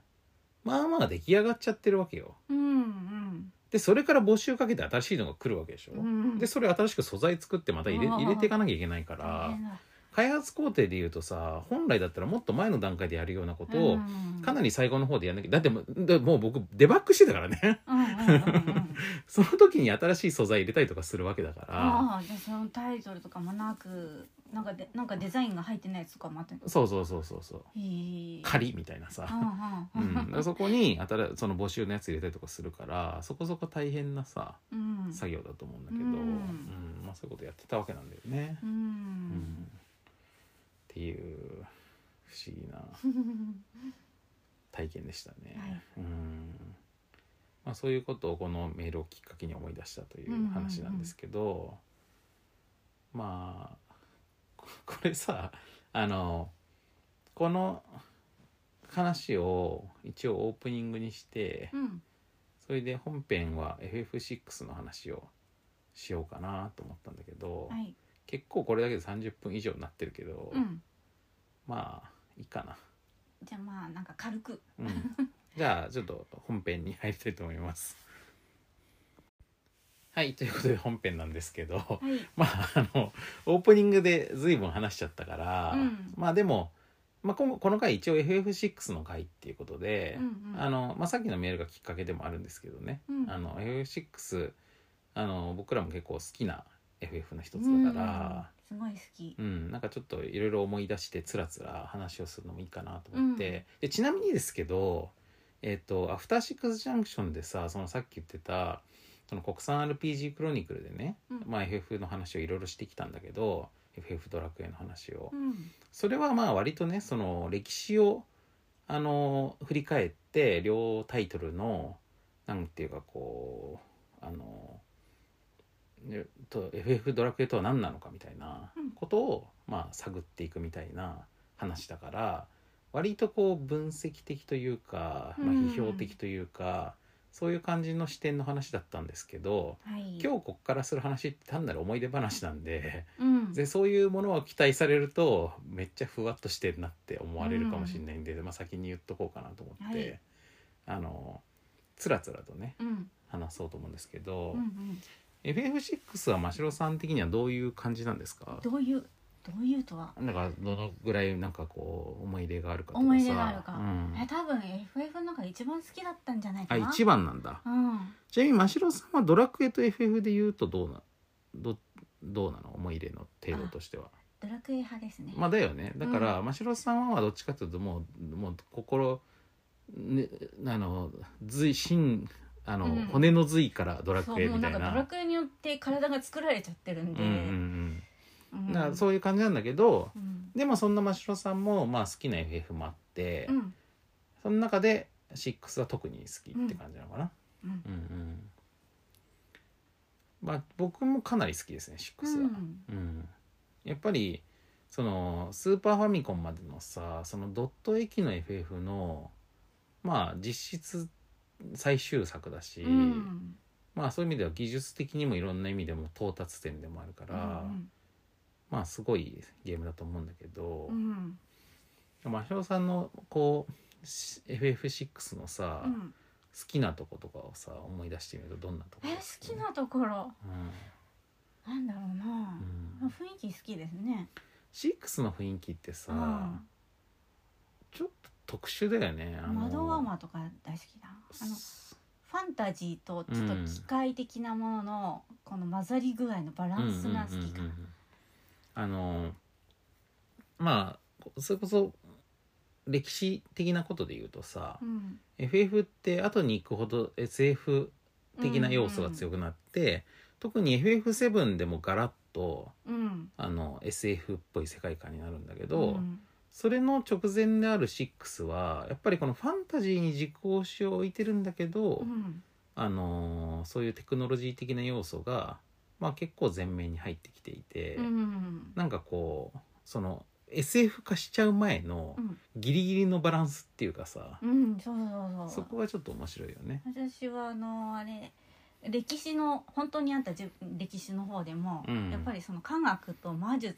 S1: まあまあ出来上がっちゃってるわけよ
S2: うん
S1: でそれから募集かけて新しいのが来るわけでしょ、
S2: うん
S1: でそれ新しく素材作ってまた入れ
S2: あー
S1: 入れていかなきゃいけないから
S2: 大変だ
S1: 開発工程でいうとさ本来だったらもっと前の段階でやるようなこと
S2: う
S1: を
S2: ん
S1: かなり最後の方でやんなきゃだってもうでもう僕デバッグしてたからね
S2: うんうんうんうん
S1: その時に新しい素材入れたりとかするわけだから
S2: ああじゃあそのタイトルとかもなくなんかでなんかデザインが入ってないやつとかもあってへ
S1: そうそうそうそうそう
S2: え
S1: 仮みたいなさ
S2: う
S1: うんん、だ からそこにあたらその募集のやつ入れたりとかするからそこそこ大変なさ
S2: うんうん
S1: 作業だと思うんだけど、
S2: うん
S1: うんまあ、そういうことやってたわけなんだよね。
S2: う
S1: うん
S2: ん
S1: っていう不思議な体験でしたね。
S2: はい
S1: うんまあ、そういうことをこのメールをきっかけに思い出したという話なんですけど、まあここれさあのこの話を一応オープニングにして
S2: うん
S1: それで本編は FF6 の話をしようかなと思ったんだけど、
S2: はい
S1: 結構これだけで30分以上になってるけど、
S2: うん
S1: まあいいかな、
S2: じゃあまあなんか軽く
S1: うん、 じゃあちょっと本編に入りたいと思いますはいということで本編なんですけど
S2: はい
S1: まああのオープニングで随分話しちゃったから、
S2: うん
S1: まあでも、まあ、このこの回一応 FF6 の回っていうことで、
S2: うんうん
S1: あのまあ、さっきのメールがきっかけでもあるんですけどね、
S2: うん
S1: あの FF6 あの僕らも結構好きな FF の一つだから、
S2: うんすごい好き
S1: うんなんかちょっといろいろ思い出してつらつら話をするのもいいかなと思って、でちなみにですけどえっ、と「アフターシックスジャンクション」でさそのさっき言ってたその国産 RPG クロニクルでね、
S2: うん
S1: まあ、FF の話をいろいろしてきたんだけど FF ドラクエの話を、
S2: うん
S1: それはまあ割とねその歴史をあの振り返って両タイトルのなんていうかこうあのねと FF ドラクエとは何なのかみたいな
S2: うん
S1: ことを、まあ、探っていくみたいな話だから割とこう分析的というか、まあ、
S2: うん
S1: 批評的というか、そういう感じの視点の話だったんですけど、
S2: はい
S1: 今日こっからする話って単なる思い出話なんで
S2: う ん
S1: でそういうものを期待されるとめっちゃふわっとしてるなって思われるかもしれないんで、まあ、先に言っとこうかなと思って、
S2: はい
S1: あのつらつらとね
S2: うん
S1: 話そうと思うんですけど、
S2: うんうん
S1: FF6 は真城さん的にはどういう感じなんですか
S2: どういうどういうとは
S1: なんかどのぐらいなんかこう思い出があるかとかさ
S2: 思い出があるか、
S1: うん
S2: え多分 FF の中で一番好きだったんじゃない
S1: あ
S2: かな
S1: 一番なんだ
S2: うん
S1: ちなみに真城さんはドラクエと FF で言うとどうなどどうなの思い入れの程度としては
S2: ドラクエ派ですね、
S1: まあだよねだから、真城さんはどっちかというともうもう心、ね、あの髄心あの、
S2: うん
S1: 骨の髄からドラクエ
S2: そうもう
S1: みた
S2: なん
S1: い
S2: かドラ
S1: な
S2: クエによって体が作られちゃってるん
S1: うん
S2: で、
S1: うんうん
S2: うん
S1: だからそういう感じなんだけど
S2: うん
S1: でもそんな真城さんも、まあ、好きな FF もあって、
S2: うん
S1: その中で6は特に好きって感じなのかな、
S2: うん
S1: うんうんまあ僕もかなり好きですね
S2: う
S1: 6は。
S2: ん
S1: うん、やっぱりそのスーパーファミコンまでのさそのドット駅の FF のまあ実質最終作だし、
S2: うん
S1: まあそういう意味では技術的にもいろんな意味でも到達点でもあるから、
S2: うん
S1: まあすごいゲームだと思うんだけど
S2: う、ん
S1: まあ真さんのこうし FF6 のさ、好
S2: うん
S1: きなとことかをさ思い出してみるとどんなとこ
S2: え
S1: ろ
S2: 好
S1: ですか
S2: きなところなんだろうな、
S1: うんう
S2: まあ
S1: ん、
S2: 雰囲気好きですね
S1: 6の雰囲気ってさ、
S2: うん
S1: ちょっと特殊だよね。あの
S2: 窓ワーマーとか大好きだあのファンタジーとちょっと機械的なものの、この混ざり具合のバランスが好きか
S1: うんうんうんう
S2: なん
S1: あのまあそれこそ歴史的なことで言うとさ、
S2: うん
S1: FF って後に行くほど SF 的な要素が強くなって、特に FF7 でもガラッと
S2: うん
S1: あの SF っぽい世界観になるんだけ
S2: う
S1: ど、
S2: ん
S1: それの直前である6はやっぱりこのファンタジーに軸足を置いてるんだけど、
S2: うん
S1: あのーそういうテクノロジー的な要素が、まあ、結構前面に入ってきていて、
S2: うん
S1: なんかこうその SF 化しちゃう前の
S2: うん
S1: ギリギリのバランスっていうかさ、
S2: うんそうそうそ
S1: そうこがちょっと面白いよね。
S2: 私はあのあれ歴史の本当にあったじゅ歴史の方でも、
S1: うん
S2: やっぱりその科学と魔術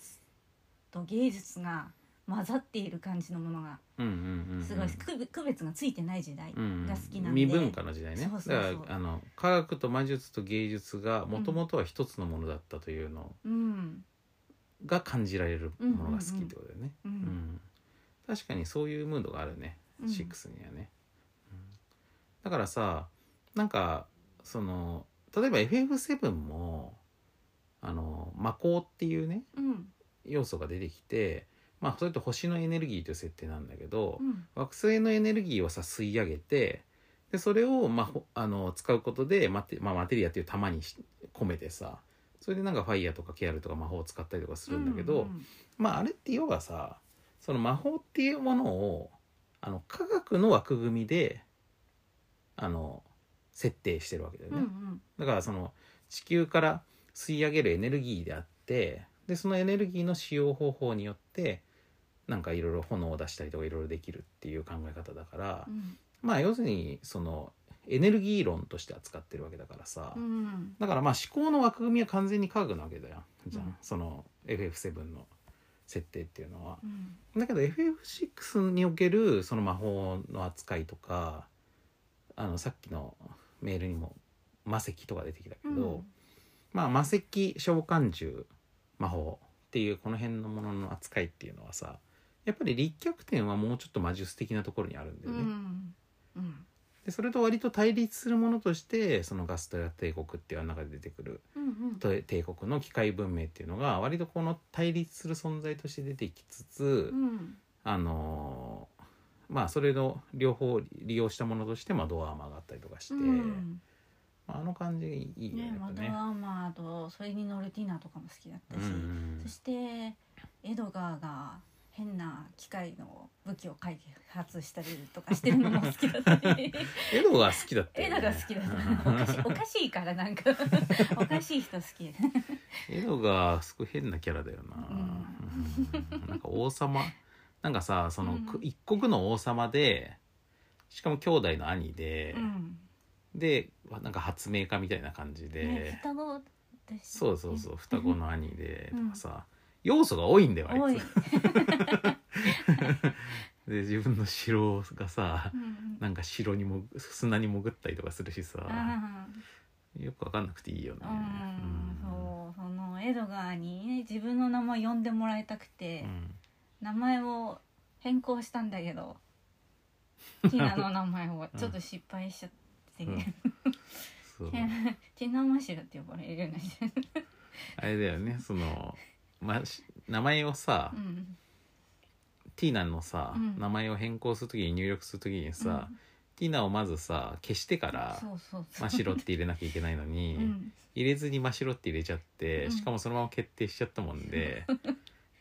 S2: と芸術が混ざっている感じのものが
S1: うんうんうんうん
S2: すごい、区区別がついてない時代、
S1: うん
S2: が好きなんで
S1: 未文化の時代ね
S2: そうそうそう
S1: だからあの科学と魔術と芸術がもともとは一つのものだったというの
S2: うん
S1: が感じられるものが好きってことだよね、
S2: う
S1: うん
S2: ん
S1: 確かにそういうムードがあるね
S2: うん
S1: 6にはね、うんだからさなんかその例えば FF7 もあの魔法っていうね
S2: うん
S1: 要素が出てきてまあそれと星のエネルギーという設定なんだけど、
S2: うん
S1: 惑星のエネルギーをさ吸い上げてでそれを、まあほ、あの使うことでマテ,、まあ、マテリアっていう玉にし込めてさそれでなんかファイヤーとかケアルとか魔法を使ったりとかするんだけど、
S2: うん
S1: まああれって要はさその魔法っていうものをあの科学の枠組みであの設定してるわけだよ
S2: う
S1: ね、
S2: んうん
S1: だからその地球から吸い上げるエネルギーであってでそのエネルギーの使用方法によってなんかいろいろ炎を出したりとかいろいろできるっていう考え方だから、
S2: うん
S1: まあ要するにそのエネルギー論として扱ってるわけだからさ、
S2: うん
S1: だからまあ思考の枠組みは完全に科学なわけだよじゃん、
S2: うん
S1: その FF7 の設定っていうのは。
S2: うん
S1: だけど FF6 におけるその魔法の扱いとかあのさっきのメールにも魔石とか出てきたけど、まあ魔石召喚獣魔法っていうこの辺のものの扱いっていうのはさやっぱり立脚点はもうちょっと魔術的なところにあるんだ
S2: う
S1: よね。
S2: んうん
S1: でそれと割と対立するものとしてそのガストラ帝国っていう中で出てくる
S2: うんうん
S1: と帝国の機械文明っていうのが割とこの対立する存在として出てきつつ、
S2: うん
S1: あのーまあそれの両方利用したものとして、まあ、ドアーマーがあったりとかして、
S2: うん
S1: まあ、あの感じいいよね
S2: ね
S1: や
S2: マ
S1: っぱ
S2: ドア
S1: ね。
S2: ーマーとそれに乗るティナとかも好きだっ
S1: う
S2: たし、
S1: ん
S2: そしてエドガーが変な機械の武器を開発したりとかしてるのも好きだっ たし
S1: エドが好きだった
S2: エ
S1: よ
S2: ド
S1: ね
S2: が好きだったおかしおかしいからなんかおかしい人好きで
S1: エドがすごい変なキャラだよな、うんなんか王様なんかさその、
S2: うん
S1: く一国の王様でしかも兄弟の兄で
S2: う、ん
S1: でなんか発明家みたいな感じで、
S2: ね双子でした
S1: そうそうそう双子の兄で
S2: うん
S1: とかさ、要素が多いんだよあいつ
S2: 多い、
S1: で自分の城がさ
S2: うん
S1: なんか城にも砂に潜ったりとかするしさ
S2: あ
S1: よく分かんなくていいよね
S2: ーうんそうそのエドガーにね自分の名前呼んでもらいたくて、
S1: うん
S2: 名前を変更したんだ けどティナの名前をちょっと失敗しちゃって、
S1: うんそう
S2: ティナマシラって呼ばれるようになっちゃう
S1: あれだよねその、ま、し名前をさ、
S2: うん
S1: ティーナのさ、
S2: うん
S1: 名前を変更するときに入力するときにさ、
S2: うん
S1: ティーナをまずさ消してから
S2: そうそうそう
S1: 真っ白って入れなきゃいけないのに、
S2: うん
S1: 入れずに真っ白って入れちゃって、
S2: うん
S1: しかもそのまま決定しちゃったもん で、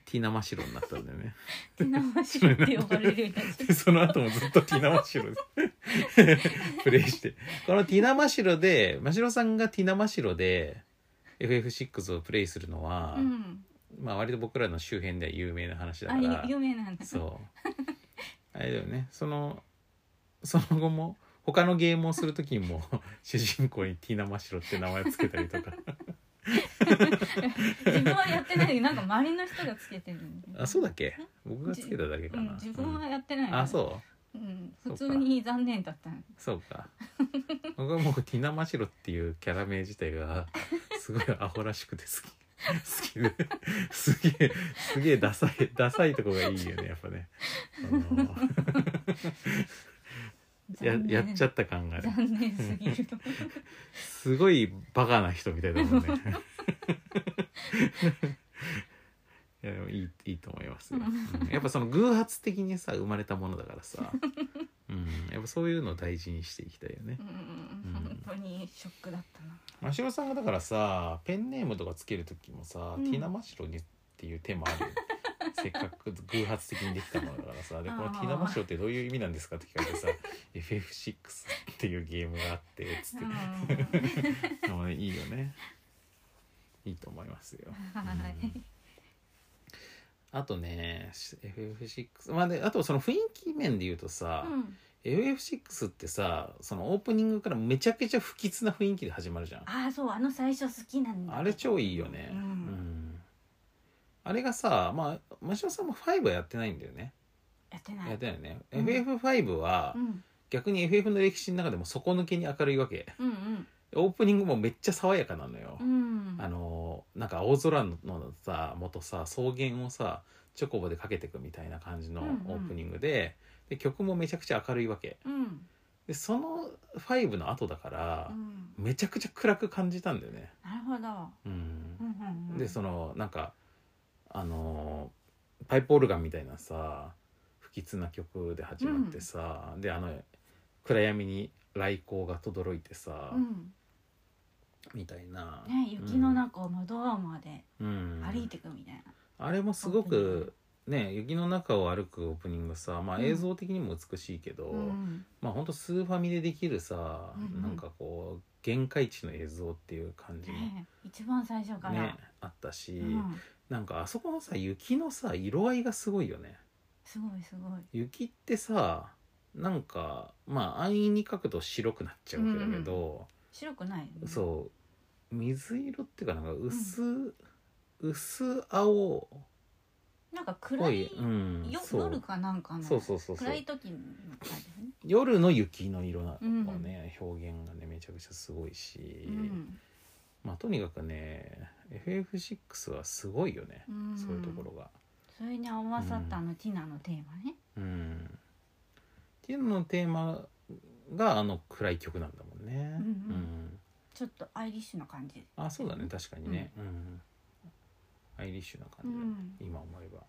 S1: ティーナ真っ白になったんだよね。
S2: ティナマシラって呼ばれるようになっちゃ
S1: で その後もずっとティナマシロで プレイしてこのティナマシロでマシロさんがティナマシロで FF6 をプレイするのは、
S2: う、うん、
S1: まあ割と僕らの周辺では有名な話だ
S2: あ
S1: か
S2: ゆ
S1: ら
S2: 有名なんだ
S1: そう あれだよねそのその後も他のゲームをする時も 主人公にティナマシロって名前をつけたりとか
S2: 自分はやってないけどなんか周りの人がつけてるんだよね
S1: あそうだっけ僕がつけただけか
S2: うん
S1: な、、
S2: 自分
S1: う
S2: は
S1: ん
S2: やってない、
S1: あそう
S2: う、ん、
S1: そ
S2: 普
S1: うか
S2: 通に残念だった
S1: そうか僕はもうティナマシロっていうキャラ名自体がすごいアホらしくて好き好きですげえすげえダサいダサいとこがいいよねやっぱね、あ の
S2: 残念
S1: ややっちゃった感がある
S2: 残念すぎる と
S1: すごいバカな人みたいだもんね いやでもいいいいと思いますよ、うんやっぱその偶発的にさ生まれたものだからさ、うん、やっぱそういうのを大事にしていきたいよね
S2: うんうんうん本当にショックだったな
S1: マシロさんがだからさペンネームとかつける時もさ、
S2: うん
S1: ティナマシロにっていう手もある よせっかく偶発的にできたものだからさで
S2: あ
S1: こ
S2: ー
S1: のティナマシロってどういう意味なんですかって聞かれて さ FF6 っていうゲームがあってつって
S2: うん
S1: で もねいいよねいいと思いますよ
S2: はい
S1: あとね FF6 まあであとその雰囲気面で言うとさ、
S2: うん、
S1: FF6 ってさそのオープニングからめちゃくちゃ不吉な雰囲気で始まるじゃん
S2: ああそうあの最初好きなんだ
S1: あれ超いいよね、
S2: うん
S1: んあれがさまあ真島さんも5はやってないんだよね、
S2: やってない
S1: やってないよね、
S2: うん
S1: FF5 は
S2: うん
S1: 逆に FF の歴史の中でも底抜けに明るいわけ
S2: うん
S1: オープニングもめっちゃ爽やかなのよ、
S2: うんうん
S1: あのーなんか青空のさ元さ草原をさチョコボでかけてくみたいな感じのオ
S2: うんうん
S1: ープニングで,、で曲もめちゃくちゃ明るいわけ
S2: うん
S1: でその5の後だから
S2: う、ん
S1: めちゃくちゃ暗く感じたんだよね、
S2: なるほど
S1: うん
S2: うんうんうん
S1: でそのなんかあのーパイプオルガンみたいなさ不吉な曲で始まってさ、であの暗闇に雷光が轟いてさ、
S2: うん
S1: みたいな、
S2: ね雪の中を窓側まで
S1: うん
S2: 歩いてくみたいな
S1: あれもすごくね雪の中を歩くオープニングさ、まあ、
S2: うん
S1: 映像的にも美しいけど、
S2: うん
S1: まあほんとスーファミでできるさ、
S2: うんうん
S1: なんかこう限界値の映像っていう感じもね
S2: ね一番最初から
S1: あったし、
S2: うん
S1: なんかあそこのさ雪のさ色合いがすごいよね。
S2: すごいすごい
S1: 雪ってさなんかまあ安易に書くと白くなっちゃうわけだけど、
S2: 白くないよね
S1: そう水色っていうかなんか薄、薄青っ
S2: なんか
S1: ぽ
S2: 暗
S1: い、
S2: い、
S1: うん、
S2: よ
S1: そう
S2: 夜かなんかの
S1: そうそうそうそう
S2: 暗い時の感じね
S1: 夜の雪の色なのね、表現がねめちゃくちゃすごいし、
S2: うん
S1: まあとにかくね FF6 はすごいよね、
S2: うん
S1: そういうところが。
S2: それに合わさったあのティナのテーマね
S1: うん、っていうののテーマがあの暗い曲なんだもんね。
S2: うんうん
S1: ん
S2: ちょっとアイリッシュな感じ
S1: あそうだね確かにね、うんアイリッシュな感じだね、今思えば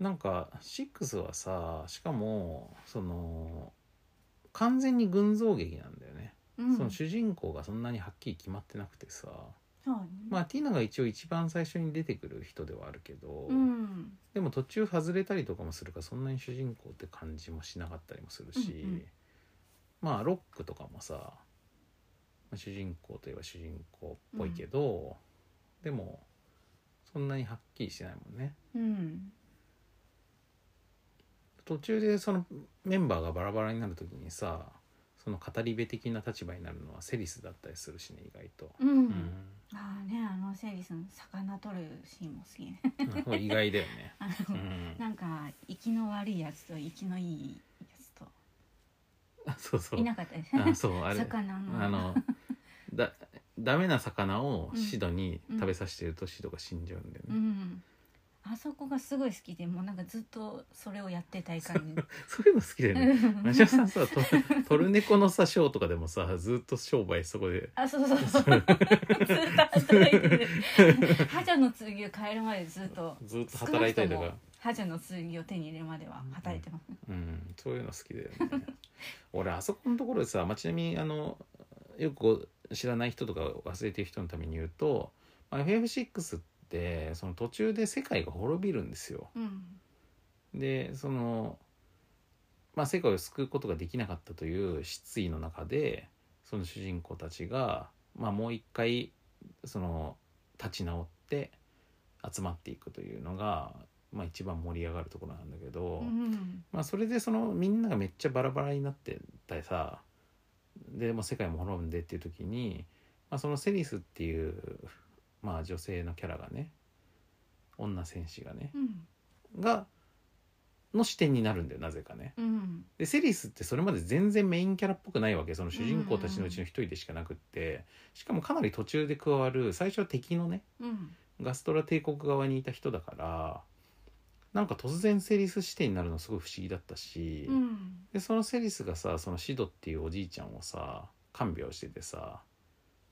S1: なんか6はさしかもその完全に群像劇なんだよね、
S2: うん
S1: その主人公がそんなにはっきり決まってなくてさ
S2: そうね
S1: まあティーナが一応一番最初に出てくる人ではあるけど、
S2: うん
S1: でも途中外れたりとかもするからそんなに主人公って感じもしなかったりもするし、
S2: うんうん
S1: まあロックとかもさまあ主人公といえば主人公っぽいけど、でもそんなにはっきりしてないもんね
S2: うん
S1: 途中でそのメンバーがバラバラになる時にさその語り部的な立場になるのはセリスだったりするしね意外と、
S2: うん、
S1: うん
S2: ああねあのセリスの魚取るシーンも好きね
S1: なんか意外だよね、
S2: あの
S1: うん、
S2: なんか生きの悪いやつと生きのいいやつと
S1: あそうそう
S2: いなかったです
S1: あそうあれ
S2: 魚の
S1: あのだダメな魚を
S2: うん
S1: シドに食べさせてるとシドが死んじゃうんだよね、
S2: うんあそこがすごい好きでもうなんかずっとそれをやってたい感じ
S1: そういうの好きだよねマシャさんさト トルネコのさショーとかでもさずっと商売そこで
S2: あそうそうそうずっと働いて る覇者の剣を変えるまでずっと
S1: ずっと働いたりと
S2: 少な
S1: か
S2: くとも、覇者の剣を手に入れるまでは働いてますね
S1: うん、そういうの好きだよね 俺あそこのところでさ、まあ、ちなみにあのよく知らない人とか忘れてる人のために言うと、まあ、FF6 ってその途中で世界が滅びるんですよ、
S2: うん
S1: でその、まあ、世界を救うことができなかったという失意の中でその主人公たちが、まあ、もう一回その立ち直って集まっていくというのが、まあ、一番盛り上がるところなんだけど、
S2: うん
S1: まあ、それでそのみんながめっちゃバラバラになってたりさでもう世界も滅んでっていう時に、まあ、そのセリスっていう、まあ、女性のキャラがね女戦士がね、
S2: うん
S1: がの視点になるんだよなぜかね
S2: うん
S1: でセリスってそれまで全然メインキャラっぽくないわけその主人公たちのうちの一人でしかなくってしかもかなり途中で加わる最初は敵のね
S2: うん
S1: ガストラ帝国側にいた人だからなんか突然セリス視点になるのすごい不思議だったし、
S2: うん
S1: でそのセリスがさそのシドっていうおじいちゃんをさ看病しててさ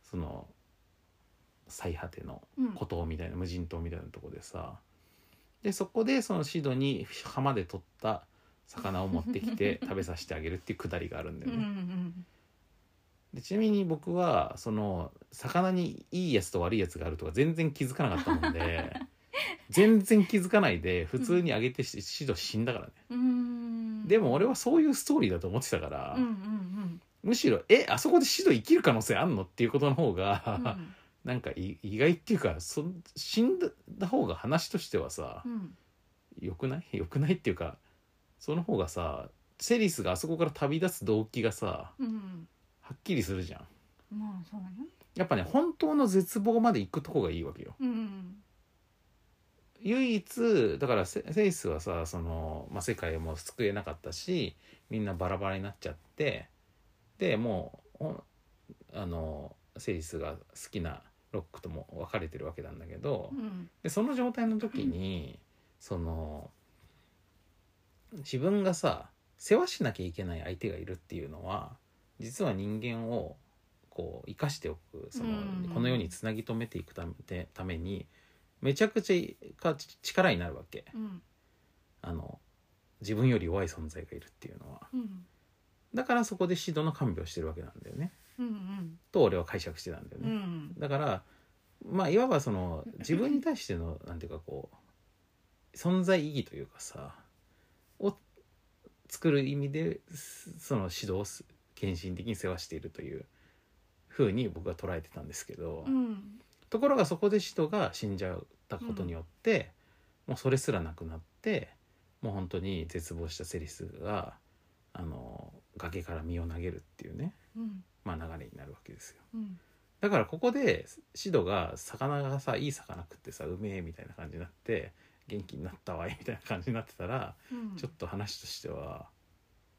S1: その最果ての
S2: うん
S1: 孤島みたいな無人島みたいなとこでさでそこでそのシドに浜で取った魚を持ってき て食べさせてあげるっていうくだりがあるんだ
S2: うん
S1: よ
S2: う
S1: ね、
S2: ん
S1: でちなみに僕はその魚にいいやつと悪いやつがあるとか全然気づかなかったもんで 全然気づかないで普通にあげてしシド死んだからね
S2: うん
S1: でも俺はそういうストーリーだと思ってたから、
S2: うんうん
S1: むしろえあそこでシド生きる可能性あんのっていうことの方
S2: うんう
S1: が、
S2: ん
S1: なんかい意外っていうかそん死んだ方が話としてはさ、
S2: うん
S1: よくない よくないっていうかその方がさセリスがあそこから旅立つ動機がさ
S2: うん
S1: はっきりするじゃん
S2: まあそうね
S1: やっぱね本当の絶望まで行くとこがいいわけよ
S2: うん
S1: 唯一だからセセリスはさその、まあ、世界も救えなかったしみんなバラバラになっちゃってでもうほんあのセリスが好きなロックとも別れてるわけなんだけど、
S2: うん
S1: でその状態の時にその自分がさ世話しなきゃいけない相手がいるっていうのは実は人間をこう生かしておくその
S2: うん
S1: この世につなぎ止めていくためてためにめちゃくちゃか力になるわけ
S2: うん
S1: あの自分より弱い存在がいるっていうのは
S2: うん
S1: だからそこでシドの看病をしてるわけなんだよね
S2: うん
S1: と俺は解釈してたんだよ
S2: う
S1: ね。
S2: ん
S1: だからまあいわばその自分に対して のなんていうかこう存在意義というかさを作る意味ですその指導をす献身的に世話しているというふうに僕は捉えてたんですけど、
S2: うん
S1: ところがそこで人が死んじゃったことによって、もうそれすらなくなってもう本当に絶望したセリスがあの崖から身を投げるっていうね、
S2: うん
S1: まあ、流れになるわけですよ。
S2: うん
S1: だからここでシドが魚がさいい魚食ってさうめえみたいな感じになって元気になったわいみたいな感じになってたら
S2: うん
S1: ちょっと話としては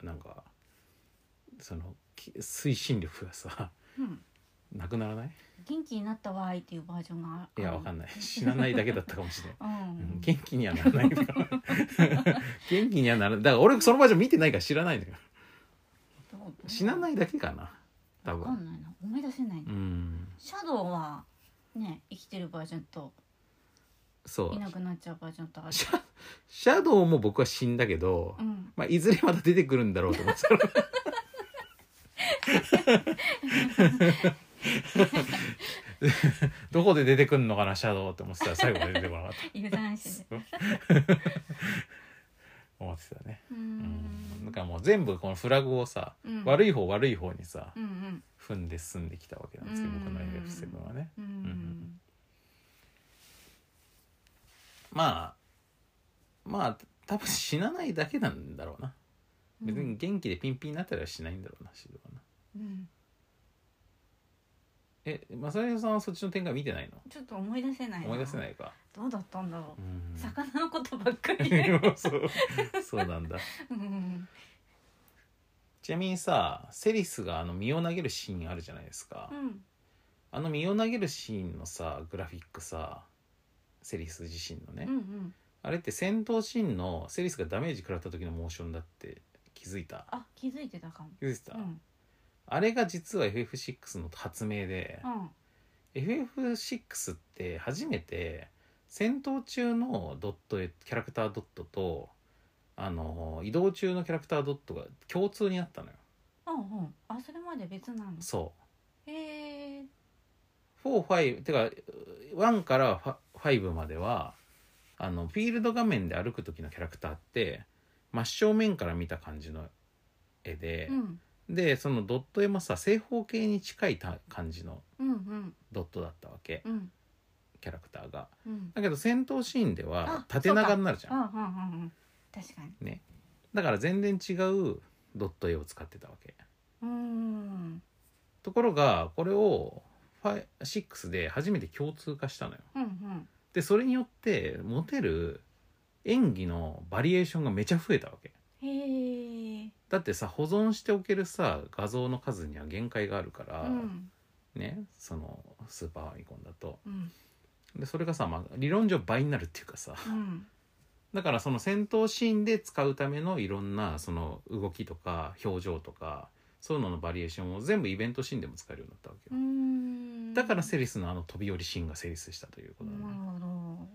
S1: なんかそのき推進力がさ
S2: うん
S1: なくならない
S2: 元気になったわーいっていうバージョンが
S1: いやわか
S2: ん
S1: んない死なないだけだったかもしれない。
S2: ない、う
S1: うんん、元気にはならないのか 元気にはならだから俺その場所見てないから知らないのよ死なないいだけかな多
S2: わか
S1: 分
S2: んないな思い出せないな、
S1: うん
S2: シャドウはね生きてるバージョンと
S1: そ
S2: いうなくなっちゃうバージョンとある
S1: シャシャドウも僕は死んだけど、
S2: うん
S1: まあ、いずれまた出てくるんだろうと思ってた どこで出てくるのかなシャドウって思ってたら最後まで出てこなかった
S2: 油断してて
S1: 思ってたね
S2: うー
S1: うんだ
S2: ん
S1: からもう全部このフラグをさ、
S2: うん
S1: 悪い方悪い方にさ
S2: うんうん
S1: 踏んで進んできたわけなんですけど、
S2: うん
S1: 僕の FF7 はね
S2: うん
S1: んまあまあ多分死なないだけなんだろうな
S2: うん
S1: 別に元気でピンピンになったりはしないんだろうなシドはな
S2: うん
S1: えマサヨさんはそっちの展開見てないの
S2: ちょっと思い出せない
S1: 思い出せないいか
S2: どうだったんだろ
S1: う
S2: う、
S1: ん
S2: 魚のことばっかり
S1: そう そうなんだ
S2: うん
S1: ちなみにさセリスがあの身を投げるシーンあるじゃないですか、
S2: うん
S1: あの身を投げるシーンのさグラフィックさセリス自身のね、
S2: うんうん
S1: あれって戦闘シーンのセリスがダメージ食らった時のモーションだって気づいた
S2: あ気づいてたかも
S1: 気づいてた、
S2: うん
S1: あれが実は FF6 の発明で、
S2: うん
S1: FF6 って初めて戦闘中のドット絵キャラクタードットとあの移動中のキャラクタードットが共通になったのよ
S2: うんうんあそれまで別なの
S1: そ
S2: へえ
S1: う45てか1からファ5まではあのフィールド画面で歩く時のキャラクターって真正面から見た感じの絵で
S2: う、ん
S1: でそのドット絵もさ正方形に近いた感じの
S2: うんうん
S1: ドットだったわけ
S2: うん
S1: キャラクターが
S2: うん
S1: だけど戦闘シーンでは
S2: あ
S1: 縦長になるじゃん
S2: うんうんうんうん確かに
S1: ね、だから全然違うドット絵を使ってたわけ
S2: うーん
S1: ところがこれをファイ6で初めて共通化したのよ
S2: うんうん
S1: でそれによって持てる演技のバリエーションがめちゃ増えたわけ
S2: へえ
S1: だってさ保存しておけるさ画像の数には限界があるから、
S2: うん
S1: ねそのスーパーファミコンだと
S2: うん
S1: でそれがさ、まあ、理論上倍になるっていうかさ
S2: うん
S1: だからその戦闘シーンで使うためのいろんなその動きとか表情とかそういうののバリエーションを全部イベントシーンでも使えるようになったわけ
S2: うー
S1: よ、
S2: ん
S1: だからセリスのあの飛び降りシーンが成立したということだね、
S2: なるほど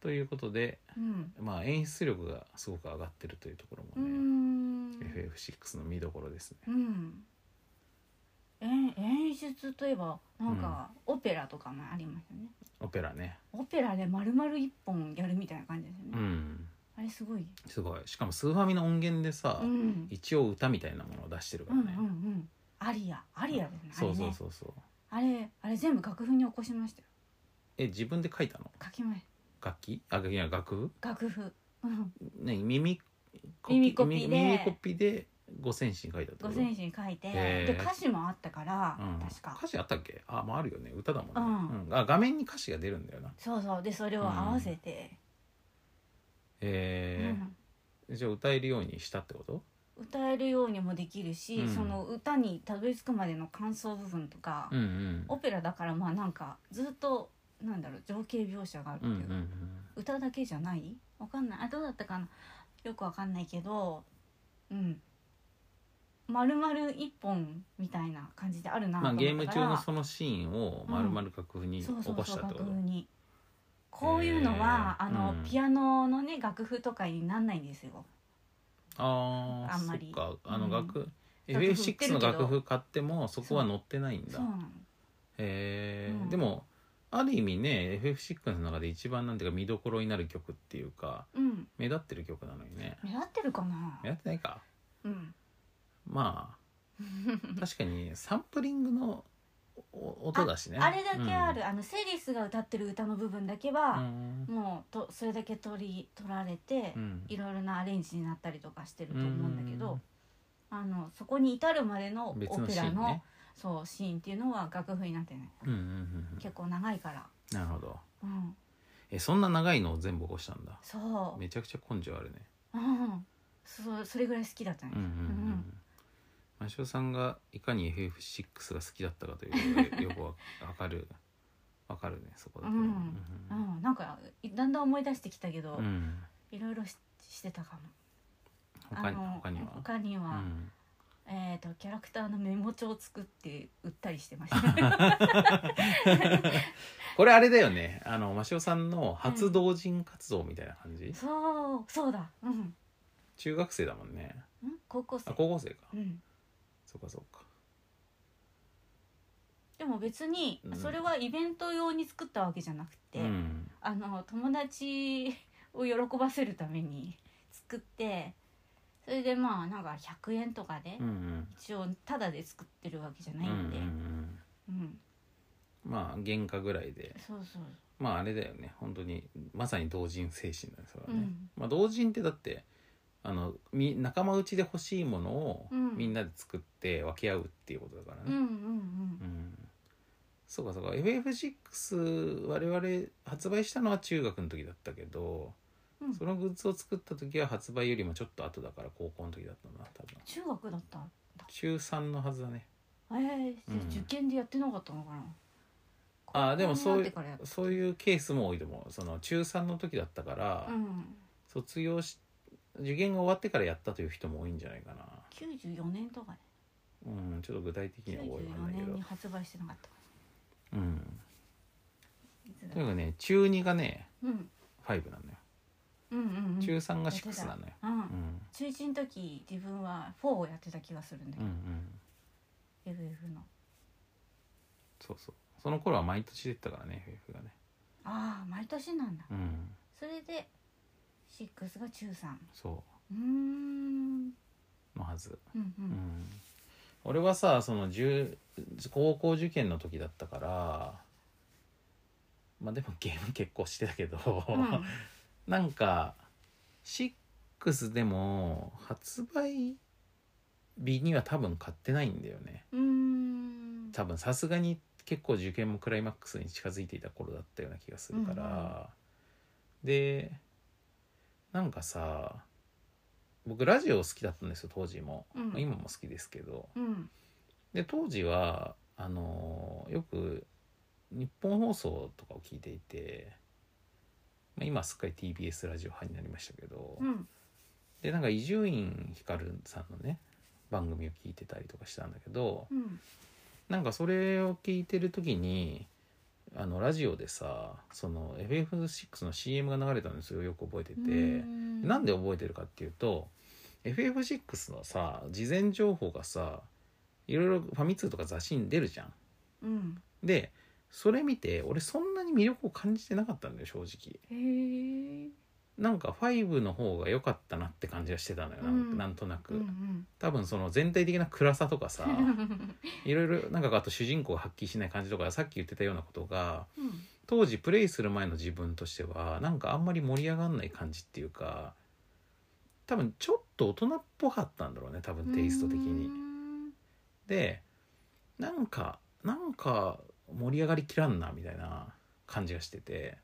S1: ということで
S2: うん
S1: まあ演出力がすごく上がってるというところ
S2: うー
S1: もね、
S2: ん
S1: FF6 の見どころですね
S2: うんえ演出といえばなんかオペラとかもありましたね
S1: オペラね
S2: オペラで丸々一本やるみたいな感じですよね、
S1: うん
S2: あれすごい
S1: すごいしかもスーファミの音源でさ、
S2: うん
S1: 一応歌みたいなものを出してるか
S2: うんう
S1: ら
S2: ん
S1: ね、
S2: うんアリアアリアです
S1: そ
S2: ね
S1: うそううそうそう
S2: あれねあれあれ全部楽譜に起こしましたよ
S1: え自分で書いたの
S2: 書きまし
S1: 楽器あいや楽譜
S2: 楽譜うん
S1: ね耳コピ
S2: 耳コピで
S1: 耳コピで五線紙に書いたってこと
S2: 五線紙に書いて
S1: へー
S2: で歌詞もあったから、
S1: うん、
S2: 確か
S1: 歌詞あったっけあまああるよね歌だもんね、
S2: うん
S1: うんあ画面に歌詞が出るんだよな
S2: そうそうでそれを合わせて、う
S1: えー
S2: ん
S1: じゃあ歌えるようにしたってこと
S2: 歌えるようにもできるし、
S1: うん
S2: その歌にたどり着くまでの感想部分とか、
S1: うんうん
S2: オペラだからまあなんかずっとなんだろう情景描写があるって
S1: うんうん
S2: いうか、歌だけじゃないわかんないあどうだったかなよくわかんないけどうん丸々一本みたいな感じである
S1: う
S2: なんと
S1: まあ
S2: 思っ
S1: ゲ
S2: た
S1: ーム
S2: か
S1: 中
S2: ら
S1: のそのシーンを丸々楽譜に起
S2: そうそう
S1: こし
S2: そう
S1: たって
S2: 楽
S1: こと
S2: 譜にこういうのは、
S1: へー
S2: あの、
S1: うん
S2: ピアノのね楽譜とかになんないんですよ
S1: ああ
S2: あん
S1: そ
S2: ま
S1: っ
S2: り
S1: かあの楽、
S2: 楽譜売ってるけ
S1: FF6
S2: ど
S1: の楽譜買ってもそこは載ってないんだ
S2: そうなの
S1: へえ、
S2: うん
S1: でもある意味ね FF6 の中で一番なんていうか見どころになる曲っていうか
S2: うん
S1: 目立ってる曲なのにね
S2: 目立ってるかな
S1: 目立ってないか
S2: うん
S1: まあ確かにサンプリングのお音だしね
S2: あれだけある、あのセリスが歌ってる歌の部分だけ
S1: うん
S2: は、もうとそれだけ取り取られて、
S1: うん
S2: いろいろなアレンジになったりとかしてると思うんだけど、あのそこに至るまでのオ
S1: うん別の
S2: ペ
S1: シ
S2: ラ
S1: ーン
S2: の
S1: ね
S2: そうシーンっていうのは楽譜になってない
S1: うんうんうん
S2: 結構長いから、
S1: うんなるほど
S2: うん、
S1: えそんな長いのを全部起こしたんだ
S2: そう、
S1: めちゃくちゃ根性あるね
S2: うん、そそれぐらい好きだったね、
S1: うんうんうん
S2: うん
S1: マシオさんがいかに FF6 が好きだったかというのがよくわわかる わかるねそこだけで
S2: うんうん、なんかいだんだん思い出してきたけど、
S1: うんうん
S2: いろいろししてたかも
S1: 他に
S2: あの
S1: 他には
S2: 他に
S1: う
S2: は、
S1: ん
S2: えー、とキャラクターのメモ帳を作って売ったりしてました
S1: これあれだよねあのマシオさんの初同人活動みたいな感じ、
S2: そうそうだうん
S1: 中学生だもんね
S2: ん高校生
S1: あ高校生か、
S2: うん、
S1: そうかそうか
S2: でも別に
S1: うん
S2: それはイベント用に作ったわけじゃなくて、
S1: うん
S2: あの友達を喜ばせるために作ってそれでまあなんか100円とかで、
S1: うんうん
S2: 一応タダで作ってるわけじゃ
S1: うん
S2: な
S1: う
S2: いんで、
S1: ん
S2: うん、
S1: うんまあ原価ぐらいで
S2: そうそう、
S1: まああれだよね本当にまさに同人精神だねそれは
S2: う
S1: ね、
S2: ん、
S1: まあ、同人ってだってあのみ仲間内で欲しいものを
S2: うん
S1: みんなで作って分け合うっていうことだから
S2: うんう
S1: ね、
S2: んうん
S1: うんそうかそうか FF6 我々発売したのは中学の時だったけど、
S2: うん
S1: そのグッズを作った時は発売よりもちょっと後だから高校の時だったな多分
S2: 中学だった
S1: 中3のはずだね
S2: えー、
S1: うん
S2: 受験でやってなかったのかな
S1: あーでもそう
S2: 高校になっ
S1: い
S2: て
S1: う
S2: からやった
S1: そういうケースも多いと思うその中3の時だったから、
S2: うん
S1: 卒業し受験が終わってからやったという人も多いんじゃないかな
S2: 94年とかね
S1: うん、ちょっと具体的には覚えら
S2: 94
S1: れないけ
S2: 年
S1: ど
S2: に。発売してなかったか
S1: うん。
S2: いつだ
S1: とにかくね、中2がね、
S2: うん
S1: 5なのよ。
S2: うんうんうん
S1: 中3が6なのよ。
S2: うん
S1: うん。
S2: 中1の時自分は4をやってた気がするんだ
S1: う
S2: け
S1: んう
S2: ど、
S1: ん。
S2: FF の
S1: そうそう。その頃は毎年出てたからね、FF がね。
S2: ああ毎年なんだ
S1: うん。
S2: それで6が中3
S1: そう
S2: ーん
S1: う。のはず。
S2: うんう
S1: うんん。俺はさ、その10高校受験の時だったから、まあでもゲーム結構してたけど、
S2: うん
S1: なんか6でも発売日には多分買ってないんだよね
S2: うー ん
S1: 多分さすがに結構受験もクライマックスに近づいていた頃だったような気がするから、でなんかさ僕ラジオ好きだったんですよ当時も、
S2: うん
S1: まあ今も好きですけど
S2: うん
S1: で当時はあのーよく日本放送とかを聞いていて、まあ、今はすっかり TBS ラジオ派になりましたけど、
S2: うん
S1: でなんか伊集院光さんのね番組を聞いてたりとかしたんだけど
S2: うん
S1: なんかそれを聞いてる時にあのラジオでさその FF6 の CM が流れたんですよよく覚えてて。
S2: な
S1: なんで覚えてるかっていうと FF6 のさ事前情報がさいろいろファミ通とか雑誌に出るじゃん。
S2: うん
S1: でそれ見て俺そんなに魅力を感じてなかったんだよ正直。
S2: へえ
S1: なんか5の方が良かったなって感じがしてたのよなん,、
S2: うん
S1: なんとなく、
S2: うんうん
S1: 多分その全体的な暗さとか さ
S2: うん
S1: いろいろなんかあと主人公が発揮しない感じとかさっき言ってたようなことが
S2: うん
S1: 当時プレイする前の自分としてはなんかあんまり盛り上がんない感じっていうか多分ちょっと大人っぽかったんだろうね多分テイスト的
S2: うー
S1: に。
S2: ん
S1: でなんかなんか盛り上がりきらんなみたいな感じがしてて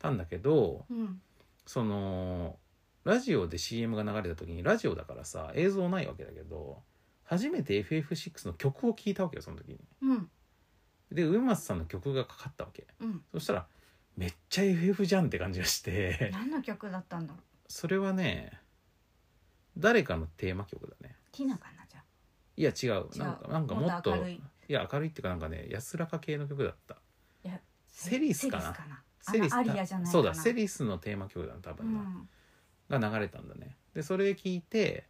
S1: たんだけど
S2: うん
S1: そのラジオで CM が流れた時にラジオだからさ映像ないわけだけど初めて FF6 の曲を聴いたわけよその時に。
S2: うん
S1: で上松さんの曲がかかったわけ。
S2: うん
S1: そしたらめっちゃ FF じゃんって感じがして
S2: 何の曲だったんだろう
S1: それはね誰かのテーマ曲だね
S2: ティナかなじゃあ
S1: いや違う
S2: 違う
S1: なんかなんかもっと
S2: もっと明る
S1: い
S2: い
S1: や明るいっていうかなんかね安らか系の曲だった
S2: いや
S1: セリスかな
S2: セリスかな
S1: だ
S2: あのアリアじゃないかな
S1: そうだセリスのテーマ曲だな多分な、が流れたんだねでそれ聞いて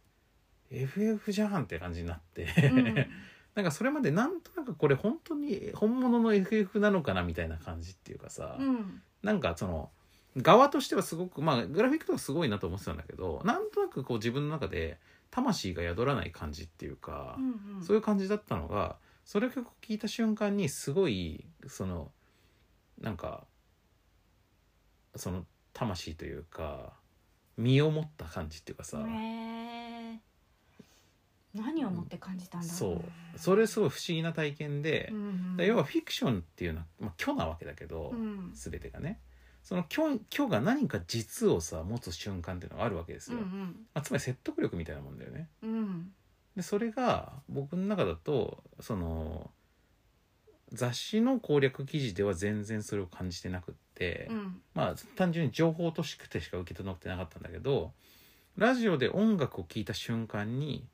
S1: FF じゃんって感じになって、
S2: うんうん
S1: なんかそれまでなんとなくこれ本当に本物の FF なのかなみたいな感じっていうかさ、
S2: うん
S1: なんかその側としてはすごくまあグラフィックとかすごいなと思ってたんだけどなんとなくこう自分の中で魂が宿らない感じっていうか
S2: う、んうん
S1: そういう感じだったのがその曲を聴いた瞬間にすごいそのなんかその魂というか身を持った感じっていうかさ、
S2: へえ何をもって感じたんだろ
S1: そうそれすごい不思議な体験で、
S2: うんう
S1: だか
S2: ん
S1: ら要はフィクションっていうのは、まあ、虚なわけだけど、
S2: うん
S1: 全てがねその虚虚が何か実をさ持つ瞬間っていうのがあるわけです
S2: う
S1: よ、ま
S2: ん
S1: あ、つまり説得力みたいなもんだよね
S2: うんうん
S1: でそれが僕の中だとその雑誌の攻略記事では全然それを感じてなくって、
S2: うん
S1: まあ単純に情報としてしか受け取ってなかったんだけどラジオで音楽を聴いた瞬間に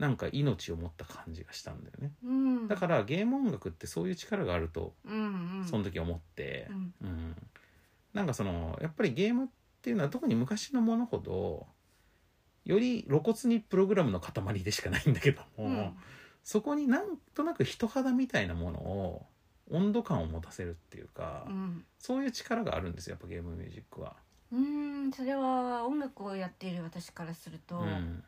S1: なんか命を持った感じがしたんだよね
S2: うん
S1: だかららゲーム音楽ってそういう力があると
S2: うんうん
S1: その時思って
S2: う、ん
S1: うん、なんかそのやっぱりゲームっていうのは特に昔のものほどより露骨にプログラムの塊でしかないんだけども、
S2: うん
S1: そこになんとなく人肌みたいなものを温度感を持たせるっていうか、
S2: うん
S1: そういう力があるんですよやっぱゲームミュージックは。
S2: うんそれは音楽をやっている私からすると、
S1: うん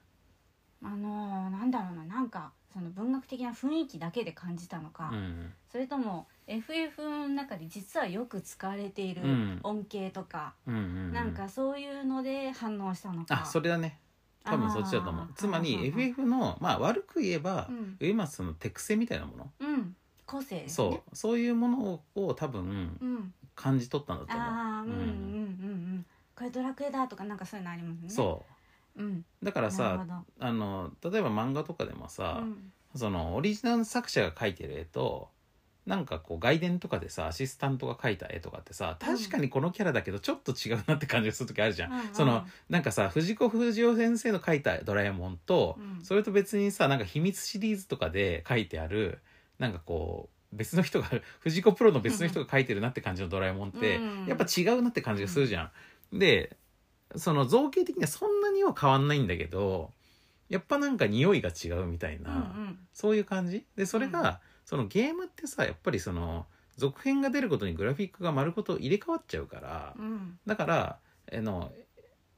S2: あのーなんだろうななんかその文学的な雰囲気だけで感じたのか、
S1: うん
S2: それとも FF の中で実はよく使われている
S1: うん
S2: 音形とか、
S1: うんうん
S2: なんかそういうので反応したのか
S1: あそれだね多分そっちだと思
S2: あ
S1: う
S2: ー
S1: つま
S2: うんうんうん
S1: り FF のまあ悪く言えば、
S2: うん
S1: ウェマスの手癖みたいなもの、
S2: うん個性ですね
S1: そうそういうものを多分
S2: うん
S1: 感じ取ったんだと思う。
S2: ああうん
S1: う
S2: うんうんんうんこれドラクエだとかなんかそういうのありますね、
S1: そう
S2: うん、
S1: うだから
S2: なるほ
S1: さ
S2: ど
S1: あの例えば漫画とかでもさ、
S2: うん
S1: そのオリジナル作者が描いてる絵となんかこう外伝とかでさアシスタントが描いた絵とかってさ
S2: うん
S1: 確かにこのキャラだけどちょっと違うなって感じがする時あるじゃん。
S2: うんうん
S1: そのなんかさ藤子不二雄先生の描いた「ドラえもんと」
S2: うん
S1: それと別にさなんか秘密シリーズとかで描いてあるなんかこう別の人が藤子プロの別の人が描いてるなって感じの「ドラえもん」って、
S2: うん
S1: やっぱ違うなって感じがするじゃん。でその造形的にはそんなには変わんないんだけどやっぱなんか匂いが違うみたいな、
S2: うん
S1: そういう感じでそれが、
S2: う
S1: そのゲームってさやっぱりその続編が出ることにグラフィックが丸ごと入れ替わっちゃうから、
S2: うんうん
S1: だからあの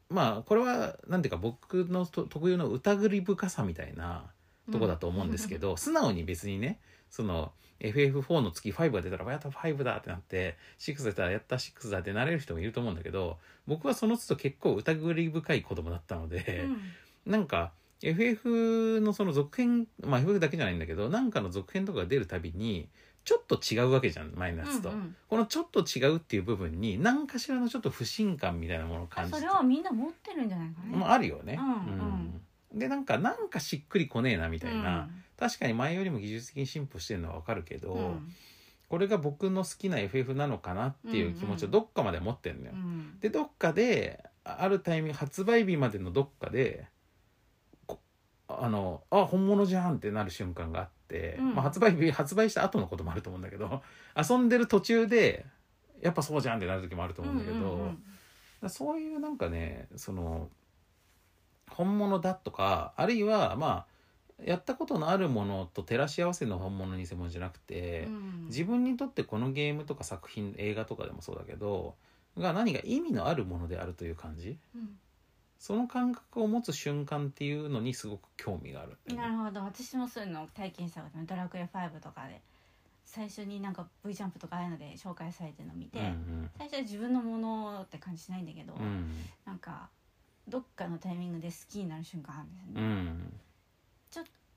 S1: まあこれはなんていうか僕のと特有の疑り深さみたいなとこだと思うんですけど、素直に別にねその FF4 の月5が出たら「やった5だ」ってなって「6出たら「やった6だ」ってなれる人もいると思うんだけど僕はその都度結構疑り深い子供だったので、なんか FF のその続編まあ FF だけじゃないんだけどなんかの続編とかが出るたびにちょっと違うわけじゃん前のやつと。
S2: うんうん
S1: このちょっと違うっていう部分に何かしらのちょっと不信感みたいなものを
S2: あ
S1: 感じ
S2: そ
S1: て
S2: れはみんな持ってるんじゃないかね
S1: まあ、あるよね。
S2: うん
S1: うんでなんかなんかしっくりこねえなみたいな、
S2: うん
S1: 確かに前よりも技術的に進歩してるのはわかるけど、
S2: うん
S1: これが僕の好きな FF なのかなっていう気持ちをどっかまで持ってんのよ。
S2: うん
S1: でどっかでああるタイミング発売日までのどっかでこあのあ本物じゃんってなる瞬間があって、
S2: うん
S1: まあ、発売日発売した後のこともあると思うんだけど遊んでる途中でやっぱそうじゃんってなる時もあると思うんだけど、
S2: うんう
S1: だか
S2: ん
S1: らそういうなんかねその本物だとかあるいはまあやったことのあるものと照らし合わせの本物偽物じゃなくて、
S2: うん
S1: 自分にとってこのゲームとか作品映画とかでもそうだけどが何か意味のあるものであるという感じ
S2: うん
S1: その感覚を持つ瞬間っていうのにすごく興味があるんだよね、
S2: なるほど私もそういうのを体験したことあるドラクエ5とかで最初になんか V ジャンプとかああいうので紹介されてるのを見て、
S1: うん
S2: 最初は自分のものって感じしないんだけど、
S1: うんうん
S2: なんかどっかのタイミングで好きになる瞬間あるんですよね、
S1: うん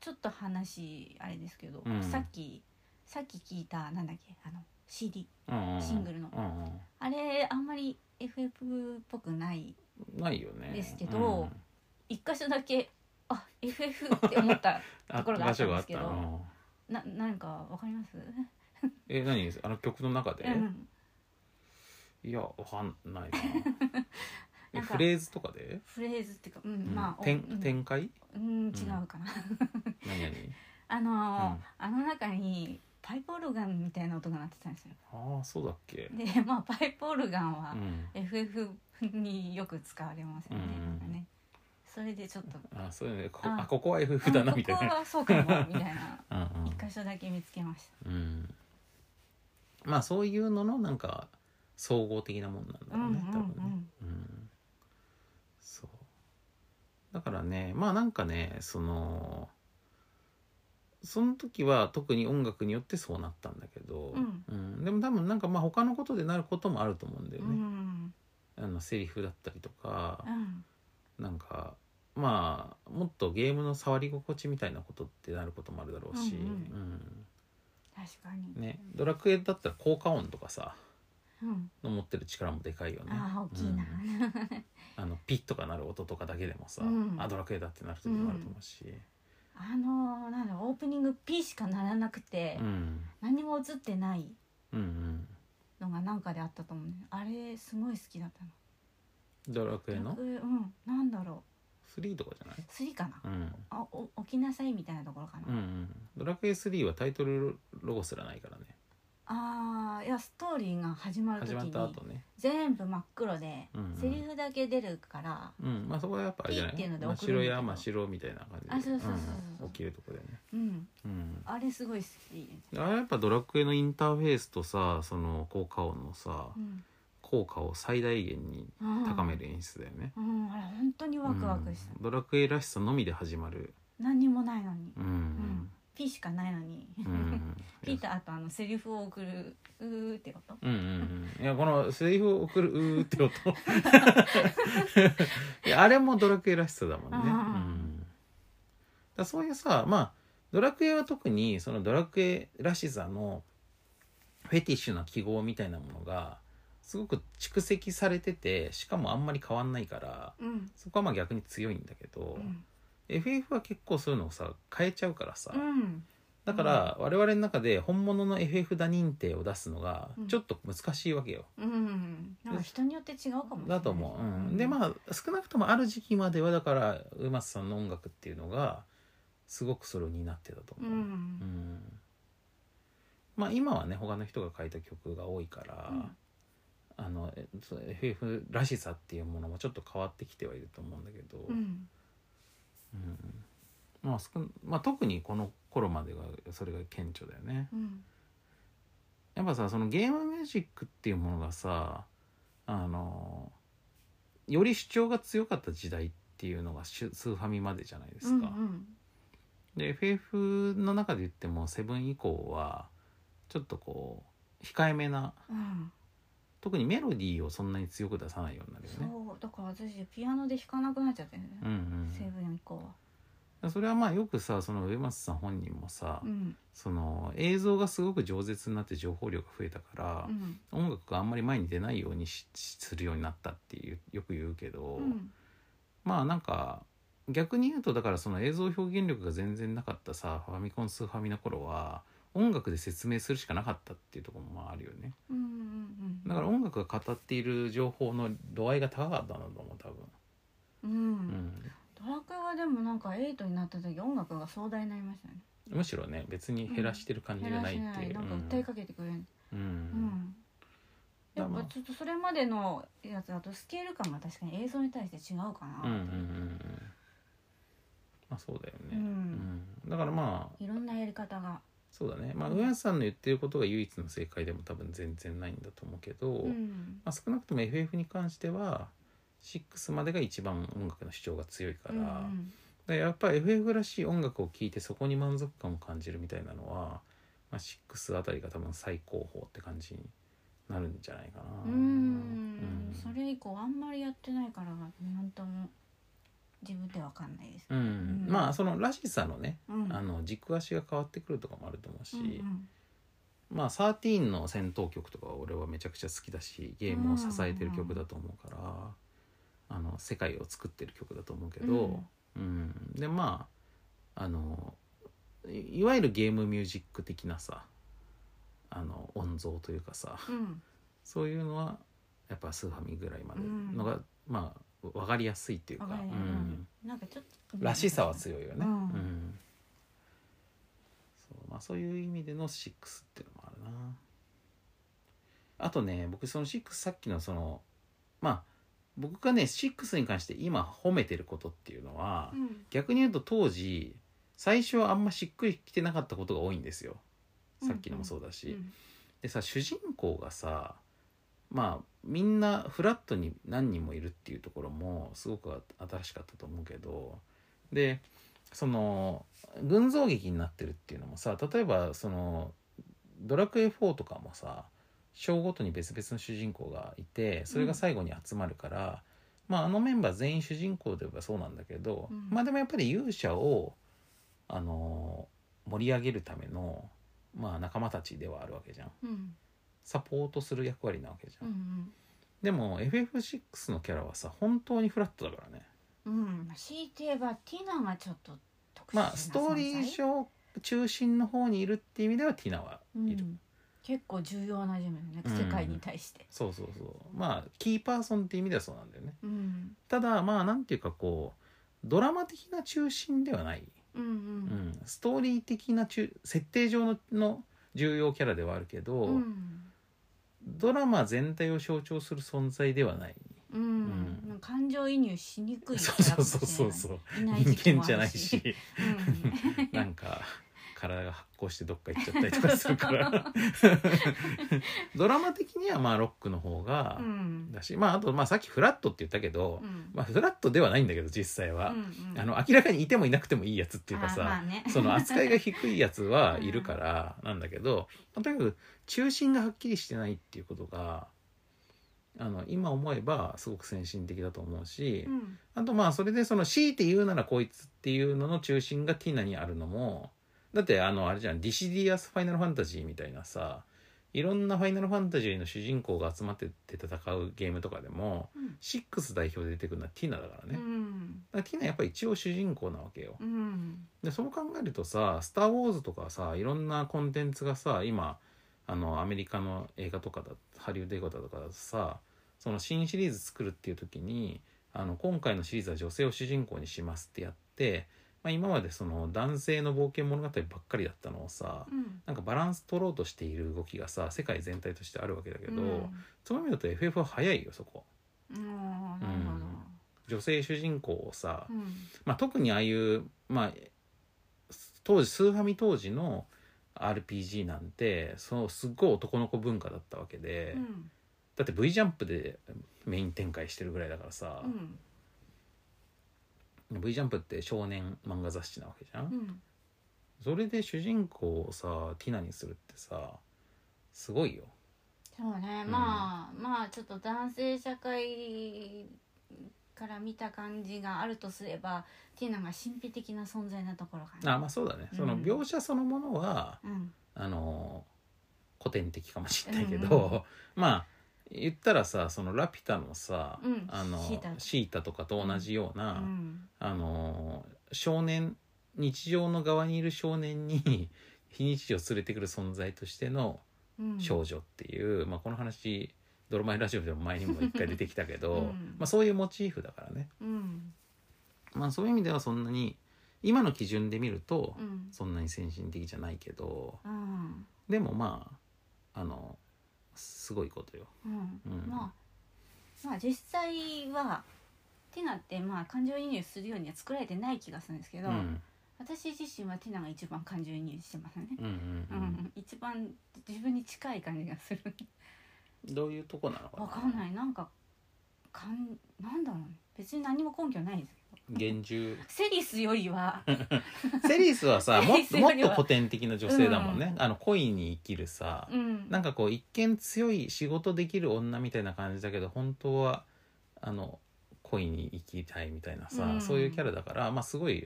S2: ちょっと話あれですけど、
S1: うん
S2: さっきさっき聞いたなんだっけあの CD
S1: うんうん
S2: シングルの
S1: うんうん
S2: あれあんまり FF っぽくない
S1: ないよね
S2: ですけど一箇所だけあ FF って思 った
S1: うん、
S2: ところがあったんですけど
S1: 場所があったの
S2: ななんかわかります、
S1: え何あの曲の中で、
S2: うん、
S1: いやわかん ないなえ
S2: なんか
S1: フレーズとかで、
S2: フレーズっていうか、うん
S1: うん
S2: まあお
S1: 展
S2: うん
S1: 展開
S2: うん、違うかな、
S1: 何 々
S2: あのー
S1: うん
S2: あの中にパイプオルガンみたいな音が鳴ってたんですよ
S1: ああそうだっけ、
S2: でまあパイプオルガンは
S1: うん
S2: FF によく使われますよね,、
S1: うん
S2: なんかねそれでちょっと
S1: あそういうねこ
S2: あ
S1: あここは FF だな
S2: あ
S1: みたい
S2: こ
S1: な
S2: こはそうかもみたいな
S1: うんうん
S2: 一箇所だけ見つけまし
S1: うん、まあそういうののなんか総合的なもんなんだろうね、
S2: た、うんう
S1: 多分ね、
S2: ん
S1: うん、そうだからねまあなんかねそのその時は特に音楽によってそうなったんだけど、
S2: うん
S1: でも多分なんかまあ他のことでなることもあると思うんだよ
S2: う
S1: ね。
S2: ん
S1: あのセリフだったりとか
S2: う、ん
S1: なんかまあもっとゲームの触り心地みたいなことってなることもあるだろうし、
S2: うん
S1: うん
S2: 確かに、
S1: ね、ドラクエだったら効果音とかさ
S2: うん、
S1: の持ってる力もでかいよね。
S2: ああ大きい
S1: う
S2: な、
S1: んあのピッとかなる音とかだけでもさ、
S2: うん
S1: あドラクエだってなる時もあると思うし、
S2: あのーなんだろうオープニング P しかならなくて、
S1: うん、
S2: 何も映ってない
S1: うんうん
S2: のがなんかであったと思うねあれすごい好きだったの
S1: ドラクエの
S2: 逆うんなんだろ
S1: 3とかじゃないう
S2: 3かな、
S1: うん
S2: あお起きなさいみたいなところかな、
S1: うんうん、ドラクエ3はタイトルロゴすらないからね
S2: ああいやストーリーが始まる時
S1: 始まった
S2: に
S1: 後ね、
S2: 全部真っ黒で、
S1: うんうん
S2: セリフだけ出るから
S1: うん、まあそこはやっぱあれじゃない
S2: ピーっていうので
S1: 真っ
S2: 送るん
S1: 白
S2: だけど
S1: や真っ白みたいな感じで
S2: あそうそうそうそう
S1: うん起きるとこだよね、
S2: うん
S1: うん、
S2: あれすごい好き、
S1: あれやっぱドラクエのインターフェースとさその効果音のさ
S2: うん、
S1: 効果を最大限に高める演出だよね、
S2: うん、うん、あれ本当にワクワクした、
S1: うんドラクエらしさのみで始まる
S2: 何にもないのに
S1: うん
S2: ピしかないのに、
S1: うんうん
S2: ピーとあとあのセリフを送るうーってこと
S1: うんうんうん、いやこのセリフを送る「うー」って音いやあれもドラクエらしさだもんね、
S2: あ
S1: う
S2: ー
S1: ん、だからそういうさまあドラクエは特にそのドラクエらしさのフェティッシュな記号みたいなものがすごく蓄積されててしかもあんまり変わんないから
S2: うん
S1: そこはまあ逆に強いんだけ
S2: う
S1: ど、
S2: ん
S1: FF は結構そういうのをさ変えちゃうからさ、
S2: うん
S1: だから我々の中で本物の FF だ認定を出すのがちょっと難しいわけよ、
S2: うんなんか人によって違うかもしれない
S1: だと思う、うん、でまあ少なくともある時期まではだから上松さんの音楽っていうのがすごくそれを担ってたと
S2: う
S1: 思う、うんんまあ今はね他の人が書いた曲が多いから、
S2: うん
S1: あのえそう FF らしさっていうものもちょっと変わってきてはいると思うんだけど、
S2: うん
S1: うんまあ少なまあ、特にこの頃までがそれが顕著だよね。
S2: うん
S1: やっぱさそのゲームミュージックっていうものがさあのより主張が強かった時代っていうのがシュスーファミまでじゃないで
S2: う
S1: す
S2: ん
S1: か。で FF の中で言っても「セブン以降はちょっとこう控えめな
S2: うん
S1: 特にメロディーをそんなに強く出さないようになるよね。
S2: そうだから私ピアノで弾かなくなっちゃってね
S1: うんうん
S2: セブン以降は
S1: それはまあよくさその上松さん本人もさ、
S2: うん
S1: その映像がすごく饒舌になって情報量が増えたから
S2: う、ん
S1: 音楽があんまり前に出ないようにししするようになったっていうよく言うけど、
S2: うん
S1: まあなんか逆に言うとだからその映像表現力が全然なかったさファミコンスーファミの頃は音楽で説明するしかなかったっていうところもまああるよね
S2: うんうん
S1: だから音楽が語っている情報の度合いが高かったんだと思う多分、
S2: う
S1: うんん、
S2: ドラクエはでもなんか8になった時音楽が壮大になりましたね
S1: むしろね別に減らしてる感じ
S2: 減
S1: が
S2: ら
S1: ない
S2: し
S1: っ
S2: な
S1: てい
S2: いうなんか訴えかけてくれる
S1: うん
S2: うん
S1: だから
S2: やっ
S1: まあ
S2: ぱちょっとそれまでのやつだとスケール感が確かに映像に対して違うかな、
S1: うんうんうんうんまあそうだよね、
S2: うん
S1: うんだからまあ
S2: いろんなやり方が、
S1: そうだねまあ上安さんの言ってることが唯一の正解でも多分全然ないんだと思うけど、
S2: うん
S1: まあ、少なくとも FF に関しては6までが一番音楽の主張が強いから,、
S2: うんう
S1: だか
S2: ん
S1: らやっぱり FF らしい音楽を聴いてそこに満足感を感じるみたいなのは、まあ、6あたりが多分最高峰って感じになるんじゃないかな。
S2: うん
S1: うん
S2: それ以降あんまりやってないからなんとも自分でわかんないです、
S1: うん
S2: うん
S1: まあそのらしさのね、
S2: うん、
S1: あの軸足が変わってくるとかもあると思うし、
S2: うんうん
S1: まあ13の戦闘曲とかは俺はめちゃくちゃ好きだしゲームを支えてる曲だと思うから、あの世界を作ってる曲だと思うけど、うんでまああのいいわゆるゲームミュージック的なさあの音像というかさ
S2: うん
S1: そういうのはやっぱスーファミぐらいまでのが、まあ分かりやすいっていうか、
S2: わかるわかる
S1: うん
S2: なんかちょっと
S1: らしさは強いよね。う
S2: う
S1: んんそうまあ、そういう意味での6っていうのもあるな。あとね僕その6さっきのそのまあ僕がね6に関して今褒めてることっていうのは、
S2: うん
S1: 逆に言うと当時最初はあんましっくりきてなかったことが多いんですよ。
S2: うん
S1: さっきのもそうだし。
S2: うん
S1: でさ主人公がさまあみんなフラットに何人もいるっていうところもすごく新しかったと思うけどでその群像劇になってるっていうのもさ例えばその「ドラクエ4」とかもさ章ごとに別々の主人公がいてそれが最後に集まるから、まああのメンバー全員主人公で言えばそうなんだけど、
S2: うん
S1: まあでもやっぱり勇者をあの盛り上げるための、まあ、仲間たちではあるわけじゃん
S2: うん
S1: サポートする役割なわけじゃ、
S2: うんん
S1: でも FF6 のキャラはさ本当にフラットだからね
S2: うんうん強いて言えばティナがちょっと特殊な存在
S1: まあストーリー上中心の方にいるっていう意味ではティナはいる、
S2: うん結構重要な人物ね
S1: うん
S2: 世界に対して
S1: そうそうそうまあキーパーソンっていう意味ではそうなんだよね
S2: うん
S1: ただまあなんていうかこうドラマ的な中心ではない、
S2: うん
S1: う
S2: うん
S1: ん、ストーリー的な中設定上のの重要キャラではあるけど、
S2: うん
S1: ドラマ全体を象徴する存在ではない、
S2: う
S1: うん
S2: んなんか感情移入しにくい
S1: そうそうそうそうそう
S2: いない時期
S1: 人間
S2: もあ
S1: じゃな
S2: る
S1: いし
S2: うん
S1: なんか体が発酵してどっか行っちゃったりとかするから ドラマ的にはまあロックの方が
S2: うん
S1: だし、まああとまあさっきフラットって言ったけど、
S2: うん
S1: まあフラットではないんだけど実際は、
S2: うんうん
S1: あの明らかにいてもいなくてもいいやつっていうか
S2: あーま
S1: さ
S2: あ、ね
S1: その扱いが低いやつはいるからなんだけど、まあとにかく中心がはっきりしてないっていうことがあの今思えばすごく先進的だと思うし、
S2: うん
S1: あとまあそれでその強いて言うならこいつっていうのの中心がティナにあるのもだってあのあれじゃんディシディアス・ファイナルファンタジーみたいなさいろんなファイナルファンタジーの主人公が集まってって戦うゲームとかでも
S2: うん
S1: 6代表で出てくるのはティナだからね、
S2: う
S1: だか
S2: ん
S1: らティナやっぱり一応主人公なわけよ
S2: うん
S1: でそう考えるとさ「スター・ウォーズ」とかさいろんなコンテンツがさ今あのアメリカの映画とかだハリウッド映画とかだとさその新シリーズ作るっていう時にあの今回のシリーズは女性を主人公にしますってやって、まあ、今までその男性の冒険物語ばっかりだったのをさ
S2: うん
S1: なんかバランス取ろうとしている動きがさ世界全体としてあるわけだけど、
S2: うん
S1: その意味だと FF は早いよそこ。
S2: うんなるほど
S1: 女性主人公をさ、
S2: うん
S1: まあ、特にああいう、まあ、当時スーファミ当時の RPG なんてそうすっごい男の子文化だったわけで、
S2: うん
S1: だって V ジャンプでメイン展開してるぐらいだからさ
S2: う、ん
S1: V ジャンプって少年漫画雑誌なわけじゃん、
S2: うん
S1: それで主人公をさティナにするってさすごいよ
S2: そうね、
S1: うん
S2: まあまあちょっと男性社会から見た感じがあるとすればっていうのが神秘的な存在なところかな
S1: あまあそうだね、
S2: うん
S1: その描写そのものは
S2: うん
S1: あの古典的かもしれないけど、 まあ言ったらさその「ラピュタ」のさ、
S2: うん
S1: あの
S2: シータ
S1: シータとかと同じよう
S2: う
S1: な、
S2: ん
S1: あの少年日常の側にいる少年に 非日常を連れてくる存在としての
S2: うん
S1: 少女っていう、まあ、この話「ドロマイラジオ」でも前にも一回出てきたけど、
S2: うん
S1: まあ、そういうモチーフだからね、
S2: うん
S1: まあ、そういう意味ではそんなに今の基準で見ると、
S2: うん
S1: そんなに先進的じゃないけど。
S2: うん
S1: でもまああのすごいことよ。
S2: うん
S1: うん
S2: まあまあ実際はティナってまあ感情移入するようには作られてない気がするんですけ
S1: う
S2: ど、
S1: ん
S2: 私自身はティナが一番感情移入してますね、
S1: うんうん
S2: うん一番自分に近い感じがする
S1: うん、どういうとこなのかな
S2: わかんないなんかかんなんだろうね別に何も根拠ないんですけど
S1: 厳重
S2: セリスよりは
S1: セリスは さもっ
S2: セ
S1: と
S2: リス
S1: も
S2: よ
S1: っ
S2: り
S1: と
S2: は
S1: 古典的な女性だもんね、あの恋に生きるさ、
S2: うん
S1: なんかこう一見強い仕事できる女みたいな感じだけど本当はあの恋に生きたいみたいなさ、
S2: うん
S1: そういうキャラだからまあすごい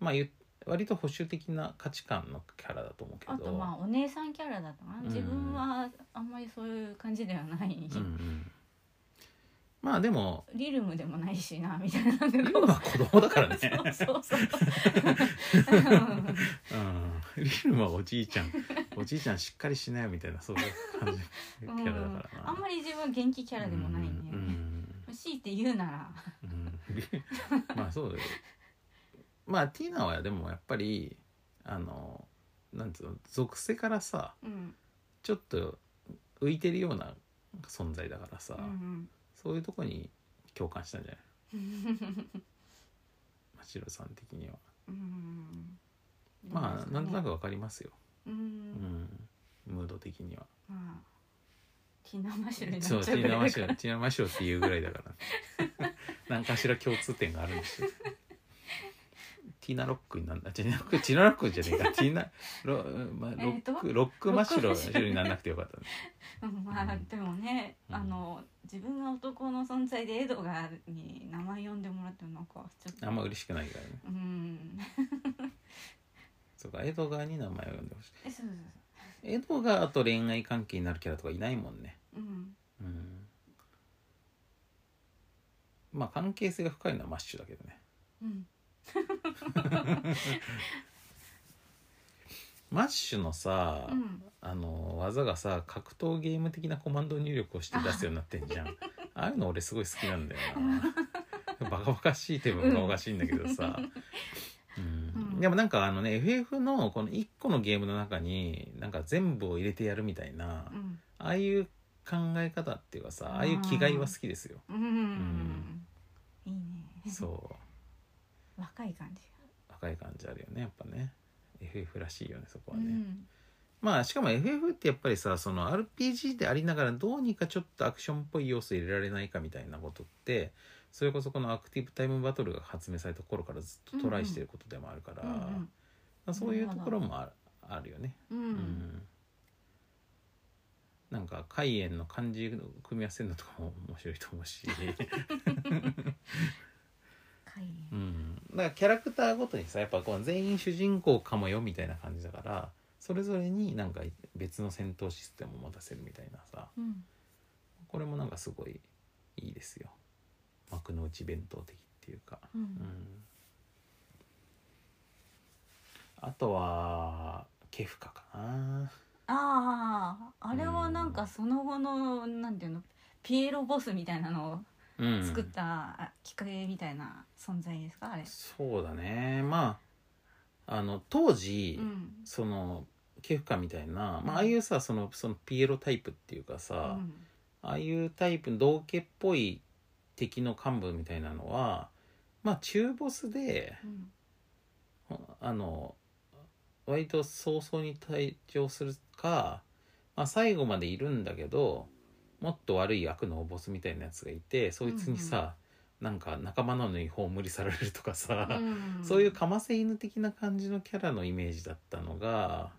S1: まあゆ割と保守的な価値観のキャラだと思うけど
S2: あとまあお姉さんキャラだったかな、
S1: ん
S2: 自分はあんまりそういう感じではない、
S1: うんうん、まあでも
S2: リルムでもないしなみたいななんか
S1: 今は子供だからね
S2: そうそうそううん
S1: うん、リルムはおじいちゃんおじいちゃんしっかりしなよみたいなそういう感じキャラだからな、
S2: うんあんまり自分元気キャラでもないんで、
S1: うん
S2: 強いて言うなら
S1: うんうんまあそうだよまあティーナはでもやっぱりあのなんつうの属性からさ
S2: うん
S1: ちょっと浮いてるような存在だからさ、
S2: うん
S1: そういうとこに共感したんじゃ ない
S2: うん
S1: マシロさん的には、
S2: うん
S1: まあなんとな
S2: く
S1: くわかりますよ、
S2: う
S1: うんん、ムード的には。
S2: まあ、ティナマ シュルになっち
S1: そう、
S2: ゃ
S1: テ
S2: う
S1: ィ
S2: ぐ
S1: ーナ
S2: ら
S1: マ
S2: い
S1: シュ
S2: だか
S1: ル、
S2: ら
S1: ティーナマシュルって いうぐらいだから。何かしら共通点があるんですよ。テティーナロックになんだティーナロックティーナロックじゃねえかティーナロ,、まあ、ロ
S2: えっと
S1: ックロックマシ
S2: ロッ
S1: ロ
S2: クマシロ
S1: になんなくてよかったね
S2: うんまあでもね、あの自分が男の存在でエドガーに名前呼んでもらってもなんかちょっと
S1: あんま嬉しくないからね
S2: うん
S1: そうかエドガーに名前を呼んでほしい
S2: えそうそう
S1: エドガーと恋愛関係になるキャラとかいないもんね
S2: そううん
S1: うんまあ関係性が深いのはマッシュだけどね
S2: うん
S1: マッシュのさ、
S2: うん
S1: あの技がさ格闘ゲーム的なコマンド入力をして出すようになってんじゃ んああいうの俺すごい好きなんだよ なバカバカしいってバカバカしいんだけどさ、うん
S2: うん
S1: でもなんかあのね FF のこの1個のゲームの中になんか全部を入れてやるみたいな、
S2: うん
S1: ああいう考え方っていうかさああいう気概は好きですよ、
S2: うん、うん、いいね
S1: そう
S2: 若い感じ
S1: 若い感じあるよねやっぱね FF らしいよねそこ
S2: が、
S1: はね、
S2: うん
S1: まあしかも FF ってやっぱりさその RPG でありながらどうにかちょっとアクションっぽい要素入れられないかみたいなことってそれこそこのアクティブタイムバトルが発明された頃からずっとトライしてることでもあるから、
S2: うんうん
S1: まあ、そういうところもあるあるよね。
S2: うん
S1: う、なんか海縁の漢字の組み合わせるのとかも面白いと思う し、
S2: かいね
S1: うん、だからキャラクターごとにさやっぱこう全員主人公かもよみたいな感じだからそれぞれになんか別の戦闘システムを持たせるみたいなさ
S2: うん
S1: これもなんかすごいいいですよ幕の内弁当的っていうか、
S2: う
S1: うんん、あとはケフカかな
S2: あああれはなんかその後のなんていうのピエロボスみたいなの
S1: う
S2: を
S1: ん
S2: 作ったあきっかけみたいな存在ですかあれ
S1: そうだねまああの当時、
S2: うん
S1: そのケフカみたいな、まあ、ああいうさそのそのピエロタイプっていうか
S2: う
S1: さ、
S2: ん
S1: ああいうタイプの道家っぽい敵の幹部みたいなのはまあ中ボスで
S2: うん
S1: あの割と早々に退場するか、まあ、最後までいるんだけどもっと悪い悪のボスみたいなやつがいてそいつにさ、なんか仲間なのに葬りされるとかさ、
S2: うん
S1: そういうかませ犬的な感じのキャラのイメージだったのが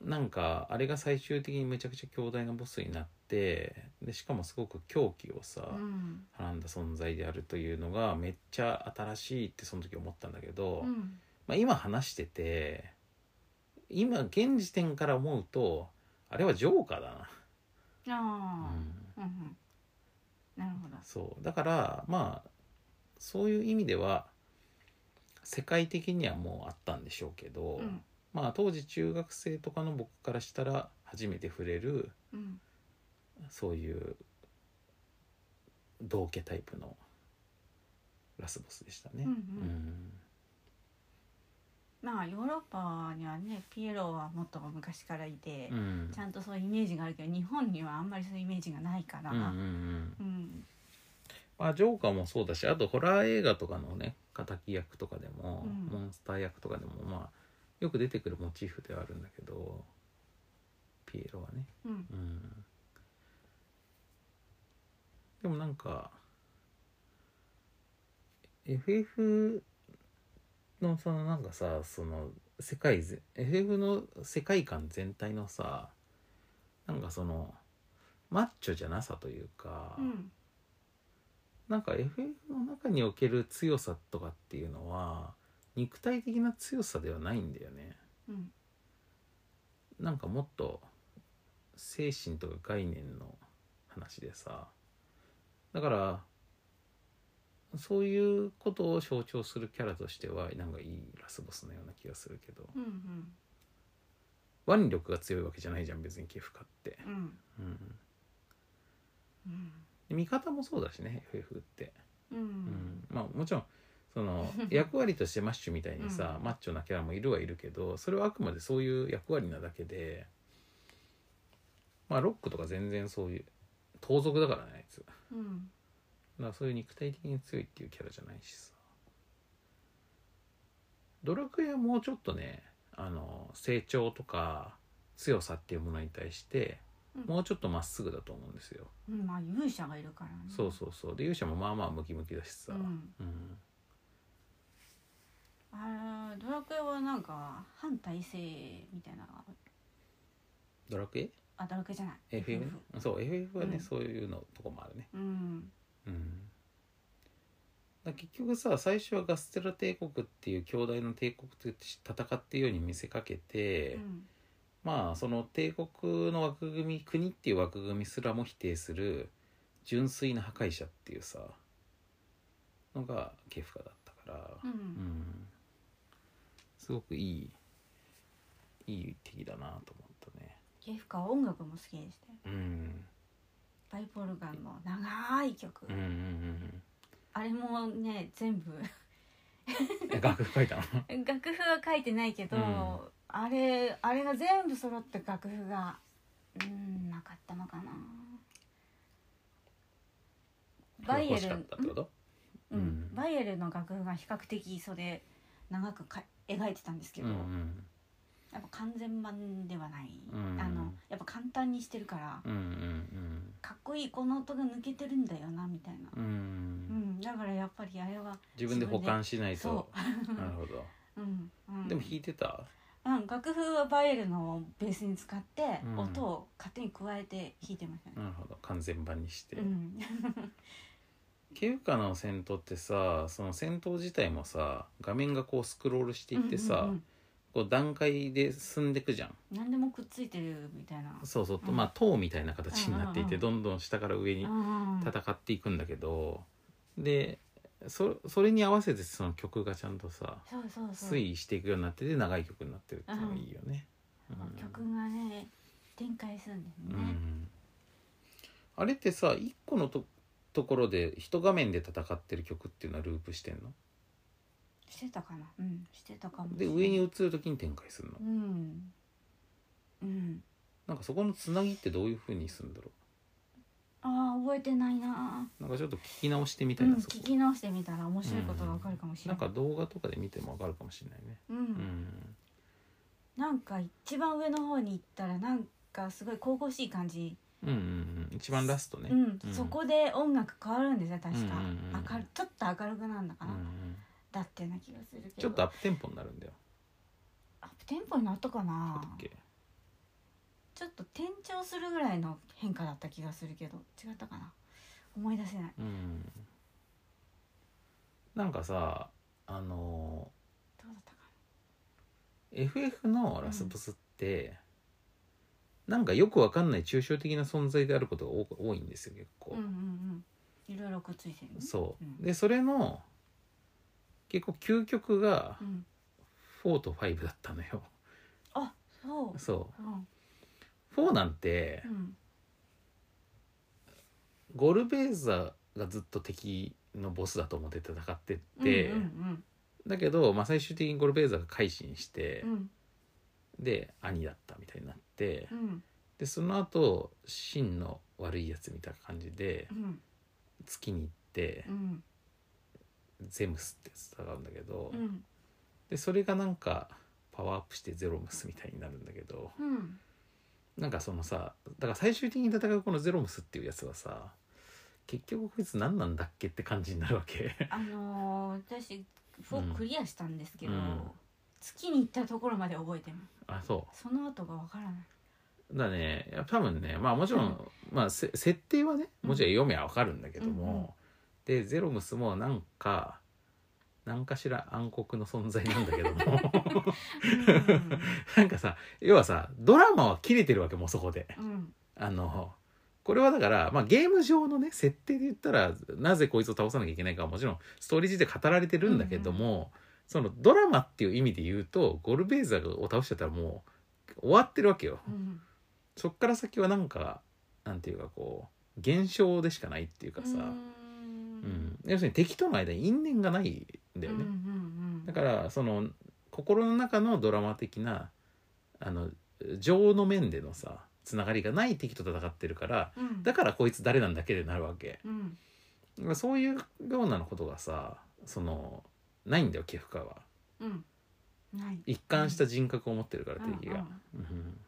S1: なんかあれが最終的にめちゃくちゃ強大なボスになってでしかもすごく狂気をさ、
S2: うん
S1: はらんだ存在であるというのがめっちゃ新しいってその時思ったんだけど、
S2: うん
S1: まあ、今話してて今現時点から思うとあれはジョーカーだな。う
S2: あ
S1: ん
S2: あうんうんなるほど
S1: そうだからまあそういう意味では世界的にはもうあったんでしょうけど、
S2: うん
S1: まあ当時中学生とかの僕からしたら初めて触れる
S2: うん
S1: そういう道家タイプのラスボスでしたね。
S2: うんうん
S1: ん
S2: まあヨーロッパにはねピエロはもっと昔からいて
S1: うん
S2: ちゃんとそういうイメージがあるけど日本にはあんまりそういうイメージがないから
S1: うんうんうん
S2: うん
S1: まあ、ジョーカーもそうだしあとホラー映画とかのね敵役とかでも、
S2: うん
S1: モンスター役とかでもまあよく出てくるモチーフではあるんだけどピエロはね
S2: うん
S1: うんでもなんか FF のそのなんかさその世界ぜ FF の世界観全体のさなんかそのマッチョじゃなさというか、
S2: うん
S1: なんか FF の中における強さとかっていうのは肉体的な強さではないんだよね
S2: うん
S1: なんかもっと精神とか概念の話でさだからそういうことを象徴するキャラとしてはなんかいいラスボスのような気がするけど
S2: うんうん
S1: 腕力が強いわけじゃないじゃん別にケフカって、
S2: うん
S1: うん、
S2: うん
S1: で味方もそうだしね FF って
S2: うん
S1: うんまあもちろんそ の役割としてマッシュみたいにさ、
S2: うん
S1: マッチョなキャラもいるはいるけどそれはあくまでそういう役割なだけでまあロックとか全然そういう盗賊だからねあいつだか
S2: うん
S1: らそういう肉体的に強いっていうキャラじゃないしさドラクエはもうちょっとねあの成長とか強さっていうものに対して
S2: うん
S1: もうちょっとまっすぐだと思うんですよ、
S2: うんまあ勇者がいるからね
S1: そうそうそうで勇者もまあまあムキムキだしさ、
S2: うん
S1: うん
S2: あのドラクエはなんか反体制みたいなのが
S1: ドラクエ
S2: あドラクエじゃない
S1: ?FF? そう FF はね、
S2: うん
S1: そういうのとこもあるね
S2: うん
S1: うんだから結局さ最初はガステラ帝国っていう兄弟の帝国と戦っているように見せかけて、
S2: うん
S1: まあその帝国の枠組み国っていう枠組みすらも否定する純粋な破壊者っていうさのがケフカだったから、
S2: うん
S1: うんすごくいいいい敵だなと思ったね。
S2: ケフカは音楽も好きでしたよ
S1: うん、
S2: バイポルガンの長い曲、
S1: うんうんうん
S2: あれもね全部
S1: うんえ楽譜書いたの
S2: 楽譜は書いてないけど、
S1: うん
S2: あれあれが全部揃った楽譜がうんなかったのかなバイエ
S1: 欲
S2: ル
S1: しかったってこと
S2: うん
S1: うん
S2: バイエルの楽譜が比較的それ長くか描いてたんですけ
S1: うん
S2: ど、
S1: うん
S2: やっぱ完全版ではない、
S1: うん
S2: あのやっぱ簡単にしてるから
S1: うんうん
S2: かっこいいこの音が抜けてるんだよなみたいな、
S1: うんう
S2: うん
S1: ん
S2: だからやっぱりあれは
S1: 自分で保管しないと
S2: そ
S1: なるほど、
S2: う、うんうん、
S1: でも弾いてた
S2: うん、楽譜はバイエルのベースに使って、
S1: うん
S2: 音を勝手に加えて弾いてましたね、
S1: なるほど完全版にして、
S2: うん、
S1: ケウカの戦闘ってさその戦闘自体もさ画面がこうスクロールしていってさ、
S2: うんうん
S1: こう段階で進んでくじゃん
S2: うん何でもくっついてるみたいな
S1: そうそう、
S2: うん
S1: まあ塔みたいな形になっていて、
S2: うん
S1: どんどん下から上に
S2: うん
S1: 戦っていくんだけど、でそそれに合わせてその曲がちゃんとさ
S2: そうそうそう
S1: 推移していくようになってて長い曲になってるっていうのがいいよね。うん
S2: 曲がね展開するんだ
S1: う
S2: よね、
S1: んあれってさ1個のとところで一画面で戦ってる曲っていうのはループしてんの
S2: してたかなうんしてたかもし
S1: で
S2: れない
S1: 上に移る時に展開するの
S2: うんうん
S1: なんかそこのつなぎってどういう風にするんだろ
S2: ああ覚えてないな
S1: うなんかちょっと聞き直してみ
S2: う
S1: たい
S2: ん
S1: な、そこ
S2: 聞き直してみたら面白いことがわかるかもしれ
S1: なん
S2: ない、
S1: か動画とかで見てもわかるかもしれないね
S2: うん
S1: うん
S2: なんか一番上の方に行ったらなんかすごい神々しい感じ、
S1: うんうんうん一番ラストね
S2: うん
S1: うん
S2: そこで音楽変わるんですね確か、
S1: うんうんうん
S2: 明るちょっと明るくなるのか
S1: うんう
S2: な、
S1: ん
S2: だってな気がするけど
S1: ちょっとアップテンポになるんだよ
S2: アップテンポになったか
S1: そう
S2: な
S1: だっけ
S2: ちょっと転調するぐらいの変化だった気がするけど違ったかな思い出せない
S1: うんなんかさあの
S2: どうだったか
S1: FF のラスボスって、なんかよくわかんない抽象的な存在であることが多多いんですよ結構、
S2: なうんうんうんいろいろくっついてるね
S1: そう、
S2: うん
S1: でそれの結構究極が
S2: うん
S1: 4と5だったのよ、
S2: あそう
S1: そ
S2: うん
S1: う4なんて
S2: うん
S1: ゴルベーザがずっと敵のボスだと思って戦ってって、
S2: うん
S1: だけど、まあ、最終的にゴルベーザが改心して
S2: うんう、ん
S1: で兄だったみたいになって、
S2: うん
S1: でその後真の悪いやつみたいな感じで
S2: うん
S1: 月に行って
S2: う、ん
S1: ゼムスって戦うんだけど、
S2: うん
S1: でそれがなんかパワーアップしてゼロムスみたいになるんだけど
S2: うん
S1: なんかそのさだから最終的に戦うこのゼロムスっていうやつはさ結局こいつ何なんだっけって感じになるわけ
S2: あのー、私フォークリアしたんですけど、
S1: うん
S2: 月に行ったところまで覚えてま
S1: あそ
S2: すその後がわからないう
S1: だねいや多分ねまあもちろん、
S2: うん
S1: まあせ設定はねもちろん読めばわかるんだけど
S2: うんうん
S1: も、でゼロムスもなんか何かしら暗黒の存在なんだけども なんかさ要はさドラマは切れてるわけもうそこで
S2: うん、うん
S1: あのこれはだから、まあ、ゲーム上のね設定で言ったらなぜこいつを倒さなきゃいけないかはもちろんストーリー自体語られてるんだけども、そのドラマっていう意味で言うとゴルベーザを倒しちゃったらもう終わってるわけよ。
S2: うん
S1: そっから先はなんかなんていうかこう現象でしかないっていうかさ、
S2: う
S1: う
S2: ー
S1: んん要するに敵との間に因縁がないんだ
S2: うんう
S1: よ
S2: ん
S1: ね。
S2: うん
S1: だからその心の中のドラマ的なあの情の面でのさつながりがない敵と戦ってるから
S2: うん
S1: だからこいつ誰なんだっけでなるわけ
S2: うん
S1: そういうようなことがさそのないんだよケフカは
S2: うんない
S1: 一貫した人格を持ってるから敵が、うん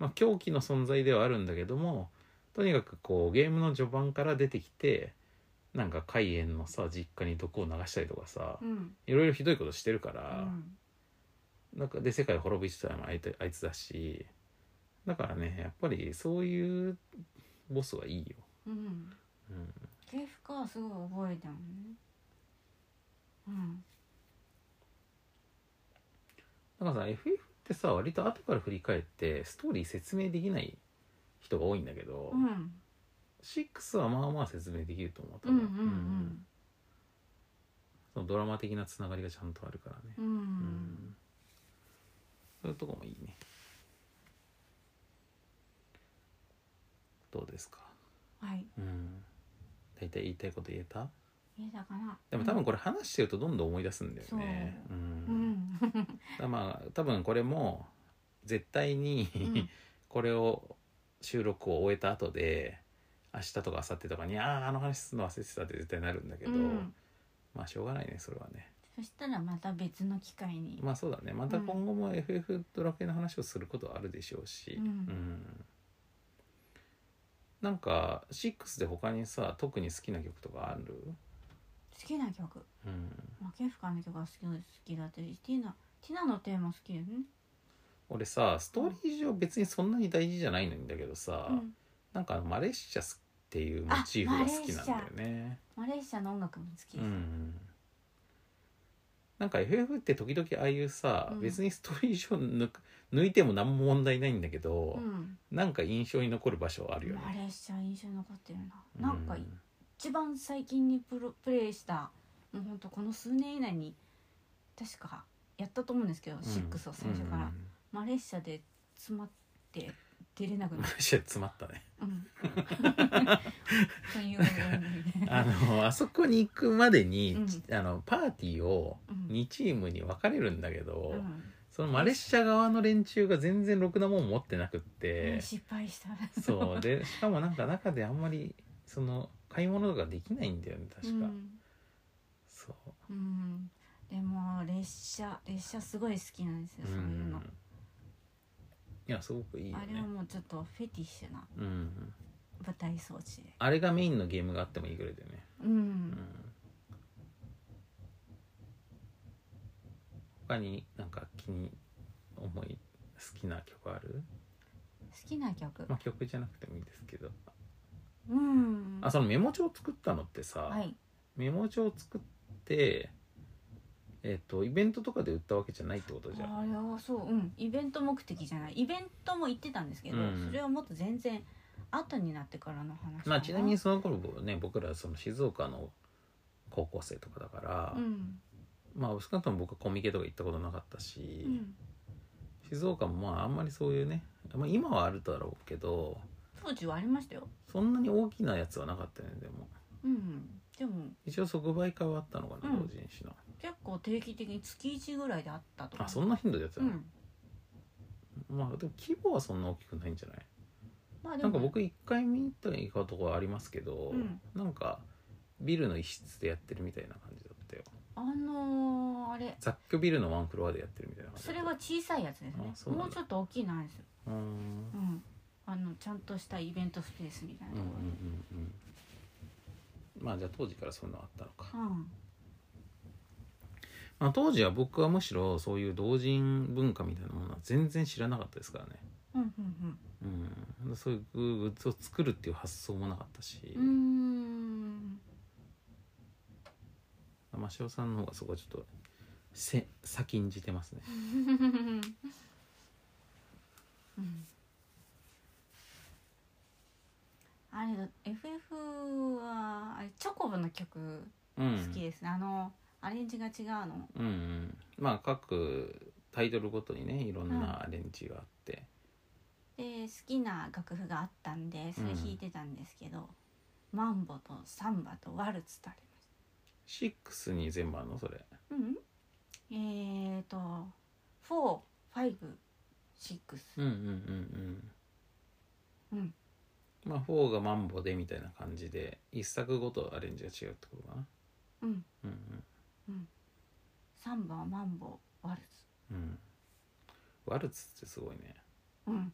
S1: まあ狂気の存在ではあるんだけどもとにかくこうゲームの序盤から出てきてなんか海縁のさ実家に毒を流したりとかさ
S2: うん
S1: いろいろひどいことしてるか
S2: う
S1: ら、
S2: ん
S1: なんかで世界を滅びしたのもあいつあいつだしだからねやっぱりそういうボスはいいよ、
S2: うん
S1: うん、
S2: 系譜かすごい覚えたもんねうん
S1: だからさ FF ってさ割と後から振り返ってストーリー説明できない人が多いんだけど、
S2: うん
S1: 6はまあまあ説明できると思う多
S2: うん
S1: 分
S2: うんうん
S1: そのドラマ的なつながりがちゃんとあるからね、
S2: う
S1: うんそういうとこもいいねどうですか
S2: はい
S1: うん大体言いたいこと言えた
S2: 見えたかな
S1: でも多分これ話してるとどんどん思い出すんだよねう、
S2: うんん
S1: だからまあ多分これも絶対に、これを収録を終えた後で明日とか明後日とかに「あああの話するの忘れてた」って絶対なるんだけ
S2: う
S1: ど、
S2: ん
S1: まあしょうがないねそれはね
S2: そしたらまた別の機会に
S1: まあそうだねまた今後も FF ドラクエの話をすることはあるでしょうし、
S2: うん
S1: んなんか6で他にさ特に好きな曲とかある、
S2: 好きな曲
S1: うん、
S2: まあケフカの曲が好き好きだったりティナティナのテーマ好きだよね
S1: 俺さストーリー上別にそんなに大事じゃないんだけどさ、
S2: うん
S1: なんかあのマレッシャスっていうモチーフが好きなんだよね。
S2: マレーシアの音楽も好き
S1: う
S2: です
S1: ん、なんか FF って時々ああいうさ、
S2: うん
S1: 別にストーリー上抜く抜いても何も問題ないんだけど、
S2: うん
S1: なんか印象に残る場所あるよ
S2: マ
S1: ね。
S2: レーシア印象に残ってるななんか
S1: う
S2: 一番最近にプロプレイしたもうほんとこの数年以内に確かやったと思うんですけど、6を最初から、
S1: うんうん
S2: マレーシアで詰まって出れなくな
S1: マ
S2: っ
S1: レーシア詰まったね
S2: た、うん、という思いで
S1: あのあそこに行くまでに、
S2: うん
S1: ちあのパーティーを
S2: うん
S1: 2チームに分かれるんだけど、
S2: うん
S1: そのマレッシャ側の連中が全然ろくなもん持ってなくって、
S2: 失敗した
S1: そうでしかもなんか中であんまりその買い物とかできないんだよね確か、
S2: うん
S1: そう
S2: うん、でも列車列車すごい好きなんですよ、そういうの、
S1: いやすごくいいよ
S2: あれは
S1: ね
S2: もうちょっとフェティッシュな
S1: うん
S2: 舞台装置で
S1: あれがメインのゲームがあってもいいぐらいだよね
S2: うん、
S1: うん他になんか気に思い好きな曲ある
S2: 好きな曲
S1: まあ曲じゃなくてもいいですけど
S2: うん
S1: あそのメモ帳作ったのってさ、
S2: はい
S1: メモ帳作ってえっ、とイベントとかで売ったわけじゃないってことじゃん
S2: あれはそううんイベント目的じゃないイベントも行ってたんですけど、
S1: うん
S2: それはもっと全然後になってからの話か
S1: まあちなみにその頃ね僕らその静岡の高校生とかだから、
S2: うん
S1: まあ少なくとも僕はコミケとか行ったことなかったし、
S2: うん
S1: 静岡もまああんまりそういうね、まあ、今はあるだろうけど
S2: 当時はありましたよ
S1: そんなに大きなやつはなかったよねでも
S2: うんでも
S1: 一応即売会はあったのかな、
S2: うん
S1: 同人誌の
S2: 結構定期的に月1ぐらいであったとか
S1: あそんな頻度でやってた
S2: う
S1: の、
S2: ん
S1: まあでも規模はそんな大きくないんじゃない
S2: まあで
S1: な
S2: も
S1: んか僕一回見に行ったらいいかとこありますけど、
S2: うん
S1: なんかビルの一室でやってるみたいな感じだったよ
S2: あのー、あれ
S1: 雑居ビルのワンフロアでやってるみたいな感じ
S2: それは小さいやつですね
S1: あそうなんだ
S2: もうちょっと大きいのあるんですよ、
S1: うーん
S2: うん、あのちゃんとしたイベントスペースみたいな
S1: うん
S2: と
S1: う
S2: こ
S1: ん
S2: ろ
S1: うんうんまあじゃあ当時からそういうのあったのか、
S2: うん
S1: まあ、当時は僕はむしろそういう同人文化みたいなものは全然知らなかったですからね、
S2: うんうん
S1: うん、そういうグッズを作るっていう発想もなかったし、
S2: うんうーん
S1: まあしおさんの方がそこはちょっとせ先んじてますね
S2: うんあれだ FF はあれチョコボの曲
S1: う
S2: 好
S1: ん
S2: きですね、あのアレンジが違うの
S1: うんうん、まあ各タイトルごとにねいろんなアレンジがあって、
S2: で好きな楽譜があったんでそれ弾いてたんですけど、マンボとサンバとワルツとありまし
S1: シックスに全部あんのそれ
S2: たうんえーと4556
S1: うんうんうんう
S2: う
S1: んんまあ4がマンボでみたいな感じで一作ごとアレンジが違うってことかな
S2: うん
S1: うんうん
S2: サンバマンボワルツ
S1: うんワルツってすごいね
S2: うん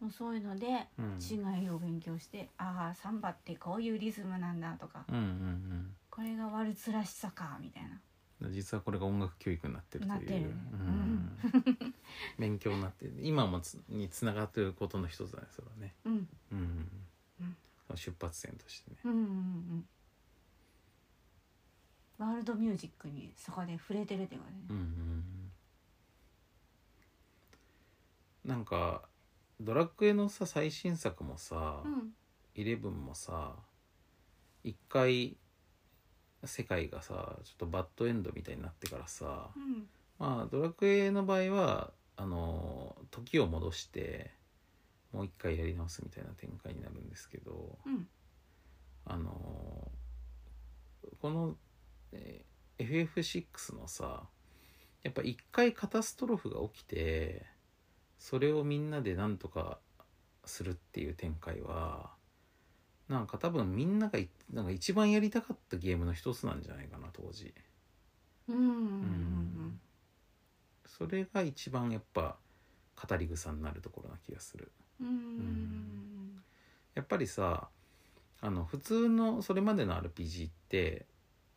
S2: もうそういうので
S1: うんうん
S2: 違いを勉強して、ああサンバってこういうリズムなんだとか、
S1: うんうん
S2: これがワルツらしさかみたいな
S1: うん実はこれが音楽教育になってるという
S2: なってる
S1: うん、 勉強になってる今もつにつながってることの一つだねそれはね、
S2: うん
S1: うんうん
S2: うん
S1: その出発点としてね
S2: うんうんうんワールドミュージックにそこで触れてるってことね、
S1: うんうんうんなんか「ドラクエ」のさ最新作もさ
S2: うん、
S1: 「イレブン」もさ一回世界がさちょっとバッドエンドみたいになってからさ
S2: うん
S1: まあドラクエの場合はあの時を戻してもう一回やり直すみたいな展開になるんですけど
S2: うん
S1: あのこの、えー FF6 のさやっぱ一回カタストロフが起きてそれをみんなでなんとかするっていう展開はなんか多分みんながいなんか一番やりたかったゲームの一つなんじゃないかな当時。
S2: うんうんうん
S1: それが一番やっぱ語り草になるところな気がする
S2: うんうん
S1: やっぱりさあの普通のそれまでの RPG って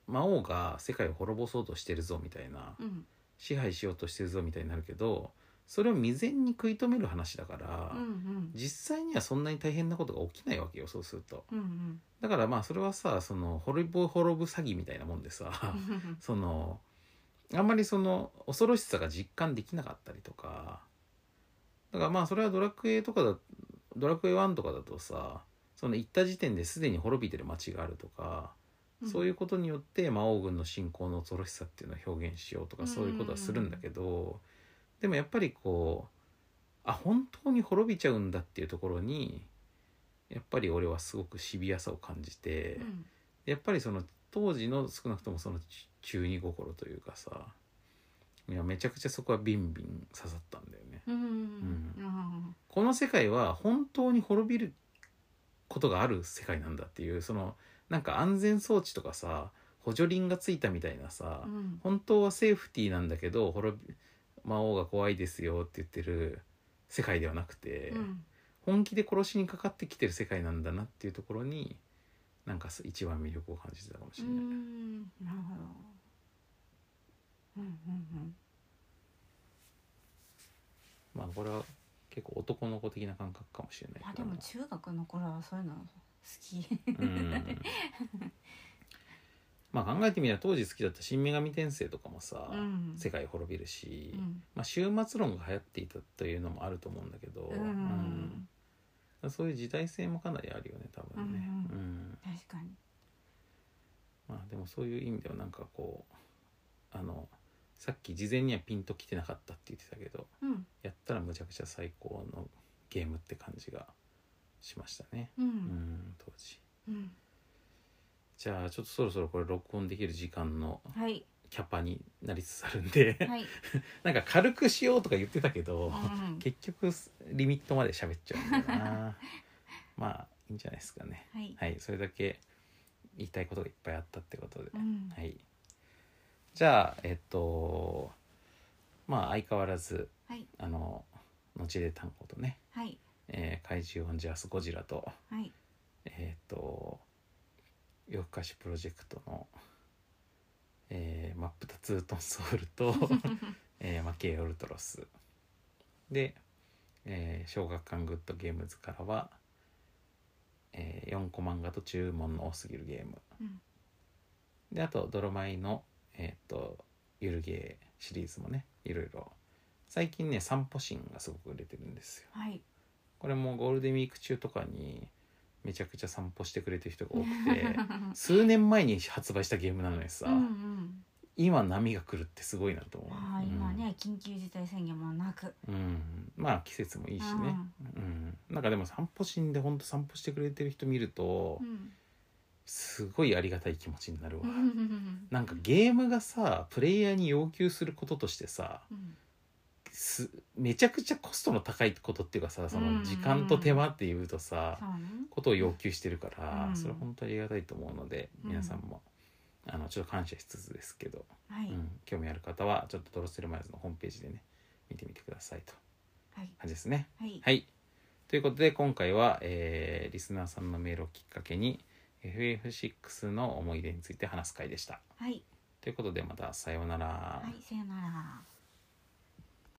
S1: 魔王が世界を滅ぼそうとしてるぞみたいな
S2: うん
S1: 支配しようとしてるぞみたいになるけどそれを未然に食い止める話だから、
S2: うんうん
S1: 実際にはそんなに大変なことが起きないわけよそうすると
S2: うんうん
S1: だからまあそれはさその滅ぼ滅ぶ詐欺みたいなもんでさ、そのあんまりその恐ろしさが実感できなかったりとかだからまあそれはドラクエとかだドラクエ1とかだとさその行った時点ですでに滅びてる街があるとか、そういううことによって魔王軍の信仰の恐ろしさっていうのを表現しようとか
S2: うん
S1: そういうことはするんだけど、でもやっぱりこうあ本当に滅びちゃうんだっていうところにやっぱり俺はすごくシビアさを感じて。
S2: ん
S1: やっぱりその当時の少なくともそのち中二心というかさいやめちゃくちゃそこはビンビン刺さったんだよね
S2: うんうん
S1: この世界は本当に滅びることがある世界なんだっていうそのなんか安全装置とかさ補助輪がついたみたいなさ、
S2: うん
S1: 本当はセーフティーなんだけど滅び魔王が怖いですよって言ってる世界ではなくて、本気で殺しにかかってきてる世界なんだなっていうところになんか一番魅力を感じてたかもし
S2: う
S1: れない。
S2: んなるほどうんうん
S1: まあこれは結構男の子的な感覚かもしれない
S2: うんあ
S1: け
S2: で
S1: ど
S2: も中学の頃はそういうの好き
S1: うんまあ考えてみれば当時好きだった「新女神転生」とかもさ、
S2: うん
S1: 世界滅びるし、
S2: うん
S1: まあ、終末論が流行っていたというのもあると思うんだけど、
S2: うん
S1: うんそういう時代性もかなりあるよね多分ね、
S2: う
S1: うん
S2: 確かに
S1: まあでもそういう意味ではなんかこうあのさっき事前にはピンときてなかったって言ってたけど
S2: うん
S1: やったらむちゃくちゃ最高のゲームって感じがしましたね。
S2: う
S1: うんん当時
S2: うん
S1: じゃあちょっとそろそろこれ録音できる時間の
S2: はい
S1: キャパになりつつあるんで、
S2: はい
S1: なんか軽くしようとか言ってたけ
S2: う
S1: ど、
S2: ん
S1: 結局リミットまで喋っちゃうんだよな まあいいんじゃないですかね
S2: はい
S1: はいそれだけ言いたいことがいっぱいあったってことで、
S2: うん
S1: はいじゃあえっとまあ相変わらず
S2: はい
S1: あの後で単語とね、
S2: はい
S1: えー怪獣オンジャースゴジラと
S2: はい
S1: えっ、と夜更かしプロジェクトの、えー、真っ二つトンソール と、えー、マケイオルトロスで、えー小学館グッドゲームズからは、えー、4個漫画と注文の多すぎるゲーム
S2: うん
S1: であと泥米のえっ、とゆるゲーシリーズもねいろいろ最近ね散歩シーンがすごく売れてるんですよ
S2: はい
S1: これもゴールデンウィーク中とかにめちゃくちゃ散歩してくれてる人が多くて 数年前に発売したゲームなのにさ、
S2: うんうん
S1: 今波が来るってすごいなと思う、
S2: ああ
S1: うん
S2: 今ね緊急事態宣言もなく
S1: うんまあ季節もいいしね、うんなんかでも散歩しんでほんと散歩してくれてる人見ると
S2: うん
S1: すごいありがたい気持ちになるわ、
S2: うん
S1: なんかゲームがさプレイヤーに要求することとしてさ
S2: うん
S1: すめちゃくちゃコストの高いことっていうかさその時間と手間っていうとさ、
S2: そうね
S1: ことを要求してるから、
S2: うん
S1: それは本当にありがたいと思うので、
S2: うん
S1: 皆さんもあのちょっと感謝しつつですけど、
S2: はい
S1: うん興味ある方はちょっとドロッセルマイズのホームページでね見てみてくださいと
S2: はい
S1: 感じですね
S2: はい
S1: はいということで今回は、えーリスナーさんのメールをきっかけに FF6 の思い出について話す回でした。
S2: はい、
S1: ということでまたさようなら。
S2: はい、さよなら。